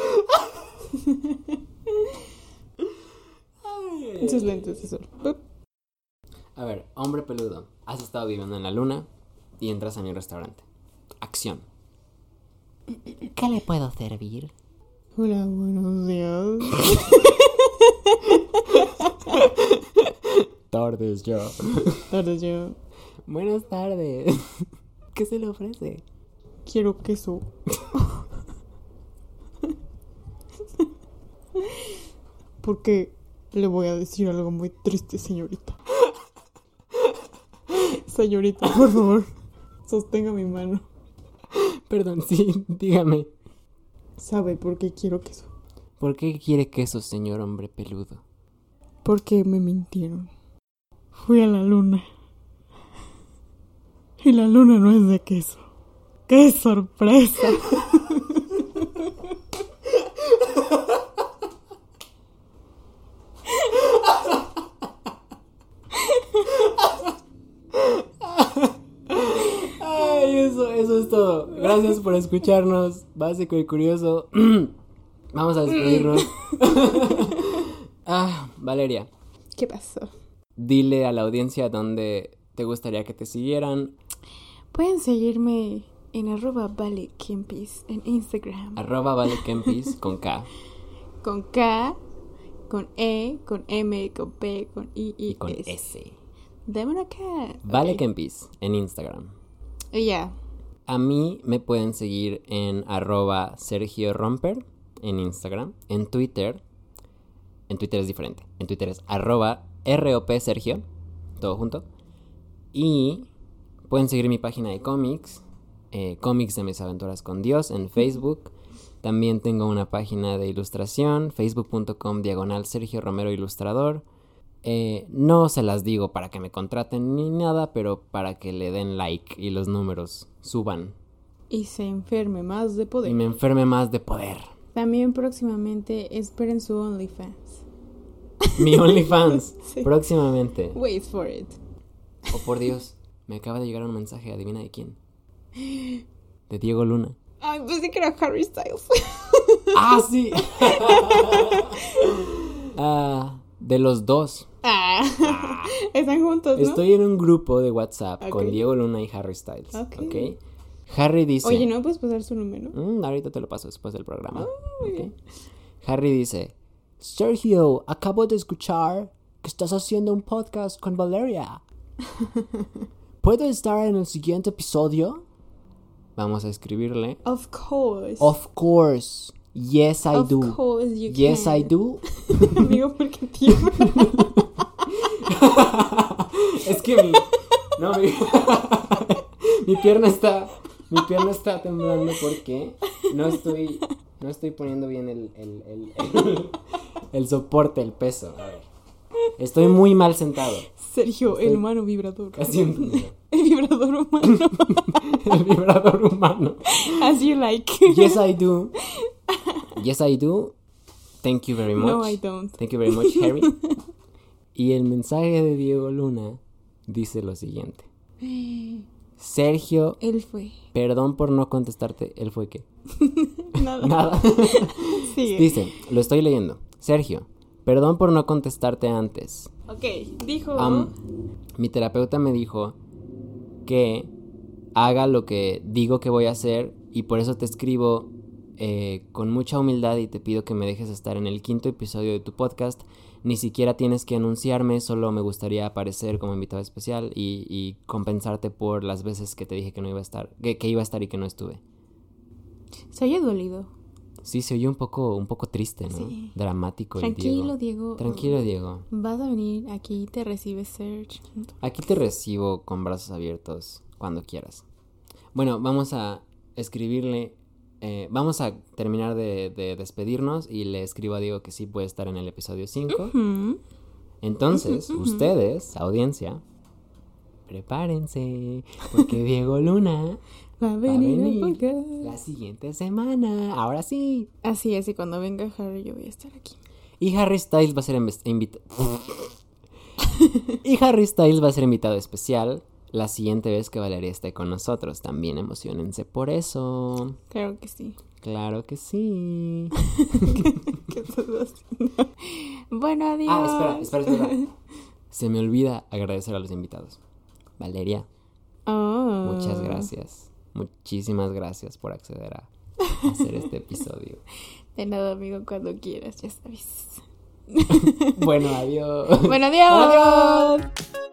Speaker 2: Sus lentes de sol. Pup.
Speaker 1: A ver, hombre peludo, has estado viviendo en la luna y entras a mi restaurante. Acción. ¿Qué le puedo servir?
Speaker 2: Hola, buenos días.
Speaker 1: Tardes yo.
Speaker 2: Tarde yo.
Speaker 1: Buenas tardes. ¿Qué se le ofrece?
Speaker 2: Quiero queso. Porque Le voy a decir algo muy triste, señorita. Señorita, por favor, sostenga mi mano.
Speaker 1: Perdón, sí, dígame.
Speaker 2: ¿Sabe por qué quiero queso?
Speaker 1: ¿Por qué quiere queso, señor hombre peludo?
Speaker 2: Porque me mintieron. Fui a la luna. Y la luna no es de queso. ¡Qué sorpresa!
Speaker 1: Ay, eso, eso es todo. Gracias por escucharnos. Básico y curioso. Vamos a despedirnos. ah, Valeria,
Speaker 2: ¿Qué pasó?
Speaker 1: dile a la audiencia dónde te gustaría que te siguieran.
Speaker 2: Pueden seguirme en arroba vale Kempis en Instagram.
Speaker 1: Arroba Vale Kempis con K
Speaker 2: Con K, con E, con M, con P, con I
Speaker 1: y
Speaker 2: y,
Speaker 1: con
Speaker 2: S.
Speaker 1: S.
Speaker 2: Dame una K.
Speaker 1: Vale
Speaker 2: Ok.
Speaker 1: Kempis en Instagram.
Speaker 2: Y eh, ya.
Speaker 1: A mí me pueden seguir en arroba Sergio Romper en Instagram, en Twitter. En Twitter es diferente. En Twitter es arroba ROP Sergio, todo junto. Y pueden seguir mi página de cómics, eh, cómics de mis aventuras con Dios en Facebook. También tengo una página de ilustración, facebook.com diagonal Sergio Romero Ilustrador. Eh, no se las digo para que me contraten ni nada, pero para que le den like y los números suban.
Speaker 2: Y se enferme más de
Speaker 1: Y
Speaker 2: poder.
Speaker 1: me enferme más de poder.
Speaker 2: También próximamente esperen su OnlyFans.
Speaker 1: Mi OnlyFans.
Speaker 2: Sí.
Speaker 1: Próximamente.
Speaker 2: Wait for it.
Speaker 1: Oh, por Dios. Me acaba de llegar un mensaje. Adivina de quién. De Diego Luna.
Speaker 2: Ay, pensé que era Harry Styles.
Speaker 1: ¡Ah, sí! Ah, de los dos.
Speaker 2: ah. Están juntos, ¿no?
Speaker 1: Estoy en un grupo de WhatsApp con
Speaker 2: Ok.
Speaker 1: Diego Luna y Harry Styles.
Speaker 2: Ok.
Speaker 1: Ok. Harry dice.
Speaker 2: Oye, ¿no puedes pasar su número?
Speaker 1: Mm, ahorita te lo paso después del programa.
Speaker 2: Ah,
Speaker 1: Ok. Harry dice, Sergio, acabo de escuchar que estás haciendo un podcast con Valeria. ¿Puedo estar en el siguiente episodio? Vamos a escribirle.
Speaker 2: Of course.
Speaker 1: Of course. Yes, I
Speaker 2: Of
Speaker 1: do.
Speaker 2: course you
Speaker 1: Yes,
Speaker 2: can.
Speaker 1: I do.
Speaker 2: Amigo, porque tiembla.
Speaker 1: es que mi... No, mi... mi pierna está... Mi pierna está temblando porque no estoy... No estoy poniendo bien el... El, el- el- el soporte, el peso. A ver. Estoy muy mal sentado.
Speaker 2: Sergio, el humano vibrador.
Speaker 1: Casi un primero.
Speaker 2: El vibrador humano.
Speaker 1: El vibrador humano.
Speaker 2: As you like.
Speaker 1: Yes, I do. Yes, I do. Thank you very much.
Speaker 2: No, I don't.
Speaker 1: Thank you very much, Harry. Y el mensaje de Diego Luna dice lo siguiente. Sergio,
Speaker 2: Él fue.
Speaker 1: perdón por no contestarte. Él fue que.
Speaker 2: Nada.
Speaker 1: Nada.
Speaker 2: Sigue.
Speaker 1: Dice, lo estoy leyendo. Sergio, perdón por no contestarte antes.
Speaker 2: Ok, dijo.
Speaker 1: Am, mi terapeuta me dijo que haga lo que digo que voy a hacer y por eso te escribo eh, con mucha humildad y te pido que me dejes estar en el quinto episodio de tu podcast. Ni siquiera tienes que anunciarme, solo me gustaría aparecer como invitado especial y, y compensarte por las veces que te dije que no iba a estar, que, que iba a estar y que no estuve.
Speaker 2: Se haya dolido.
Speaker 1: Sí, se oyó un poco, un poco triste, ¿no?
Speaker 2: Sí.
Speaker 1: Dramático. el Diego.
Speaker 2: Tranquilo, Diego.
Speaker 1: Tranquilo, Diego.
Speaker 2: Vas a venir aquí, te recibes Serge.
Speaker 1: Aquí te recibo con brazos abiertos cuando quieras. Bueno, vamos a escribirle. eh, vamos a terminar de, de despedirnos y le escribo a Diego que sí puede estar en el episodio 5.
Speaker 2: Hmm.
Speaker 1: Entonces, ustedes, audiencia, prepárense porque Diego Luna
Speaker 2: Va
Speaker 1: va
Speaker 2: a
Speaker 1: a
Speaker 2: venir, al
Speaker 1: venir
Speaker 2: podcast.
Speaker 1: la siguiente semana. Ahora sí.
Speaker 2: Así es, y cuando venga Harry, yo voy a estar aquí.
Speaker 1: Y Harry Styles va a ser invitado. y Harry Styles va a ser invitado especial la siguiente vez que Valeria esté con nosotros. También emocionense por eso.
Speaker 2: Claro que sí.
Speaker 1: Claro que sí.
Speaker 2: ¿Qué estás haciendo? Bueno, adiós.
Speaker 1: Ah, espera, espera, espera. Se me olvida agradecer a los invitados. Valeria,
Speaker 2: Oh.
Speaker 1: muchas gracias. Muchísimas gracias por acceder a hacer este episodio.
Speaker 2: De nada, amigo, cuando quieras, ya sabes.
Speaker 1: Bueno, adiós.
Speaker 2: Bueno, adiós.
Speaker 1: Adiós.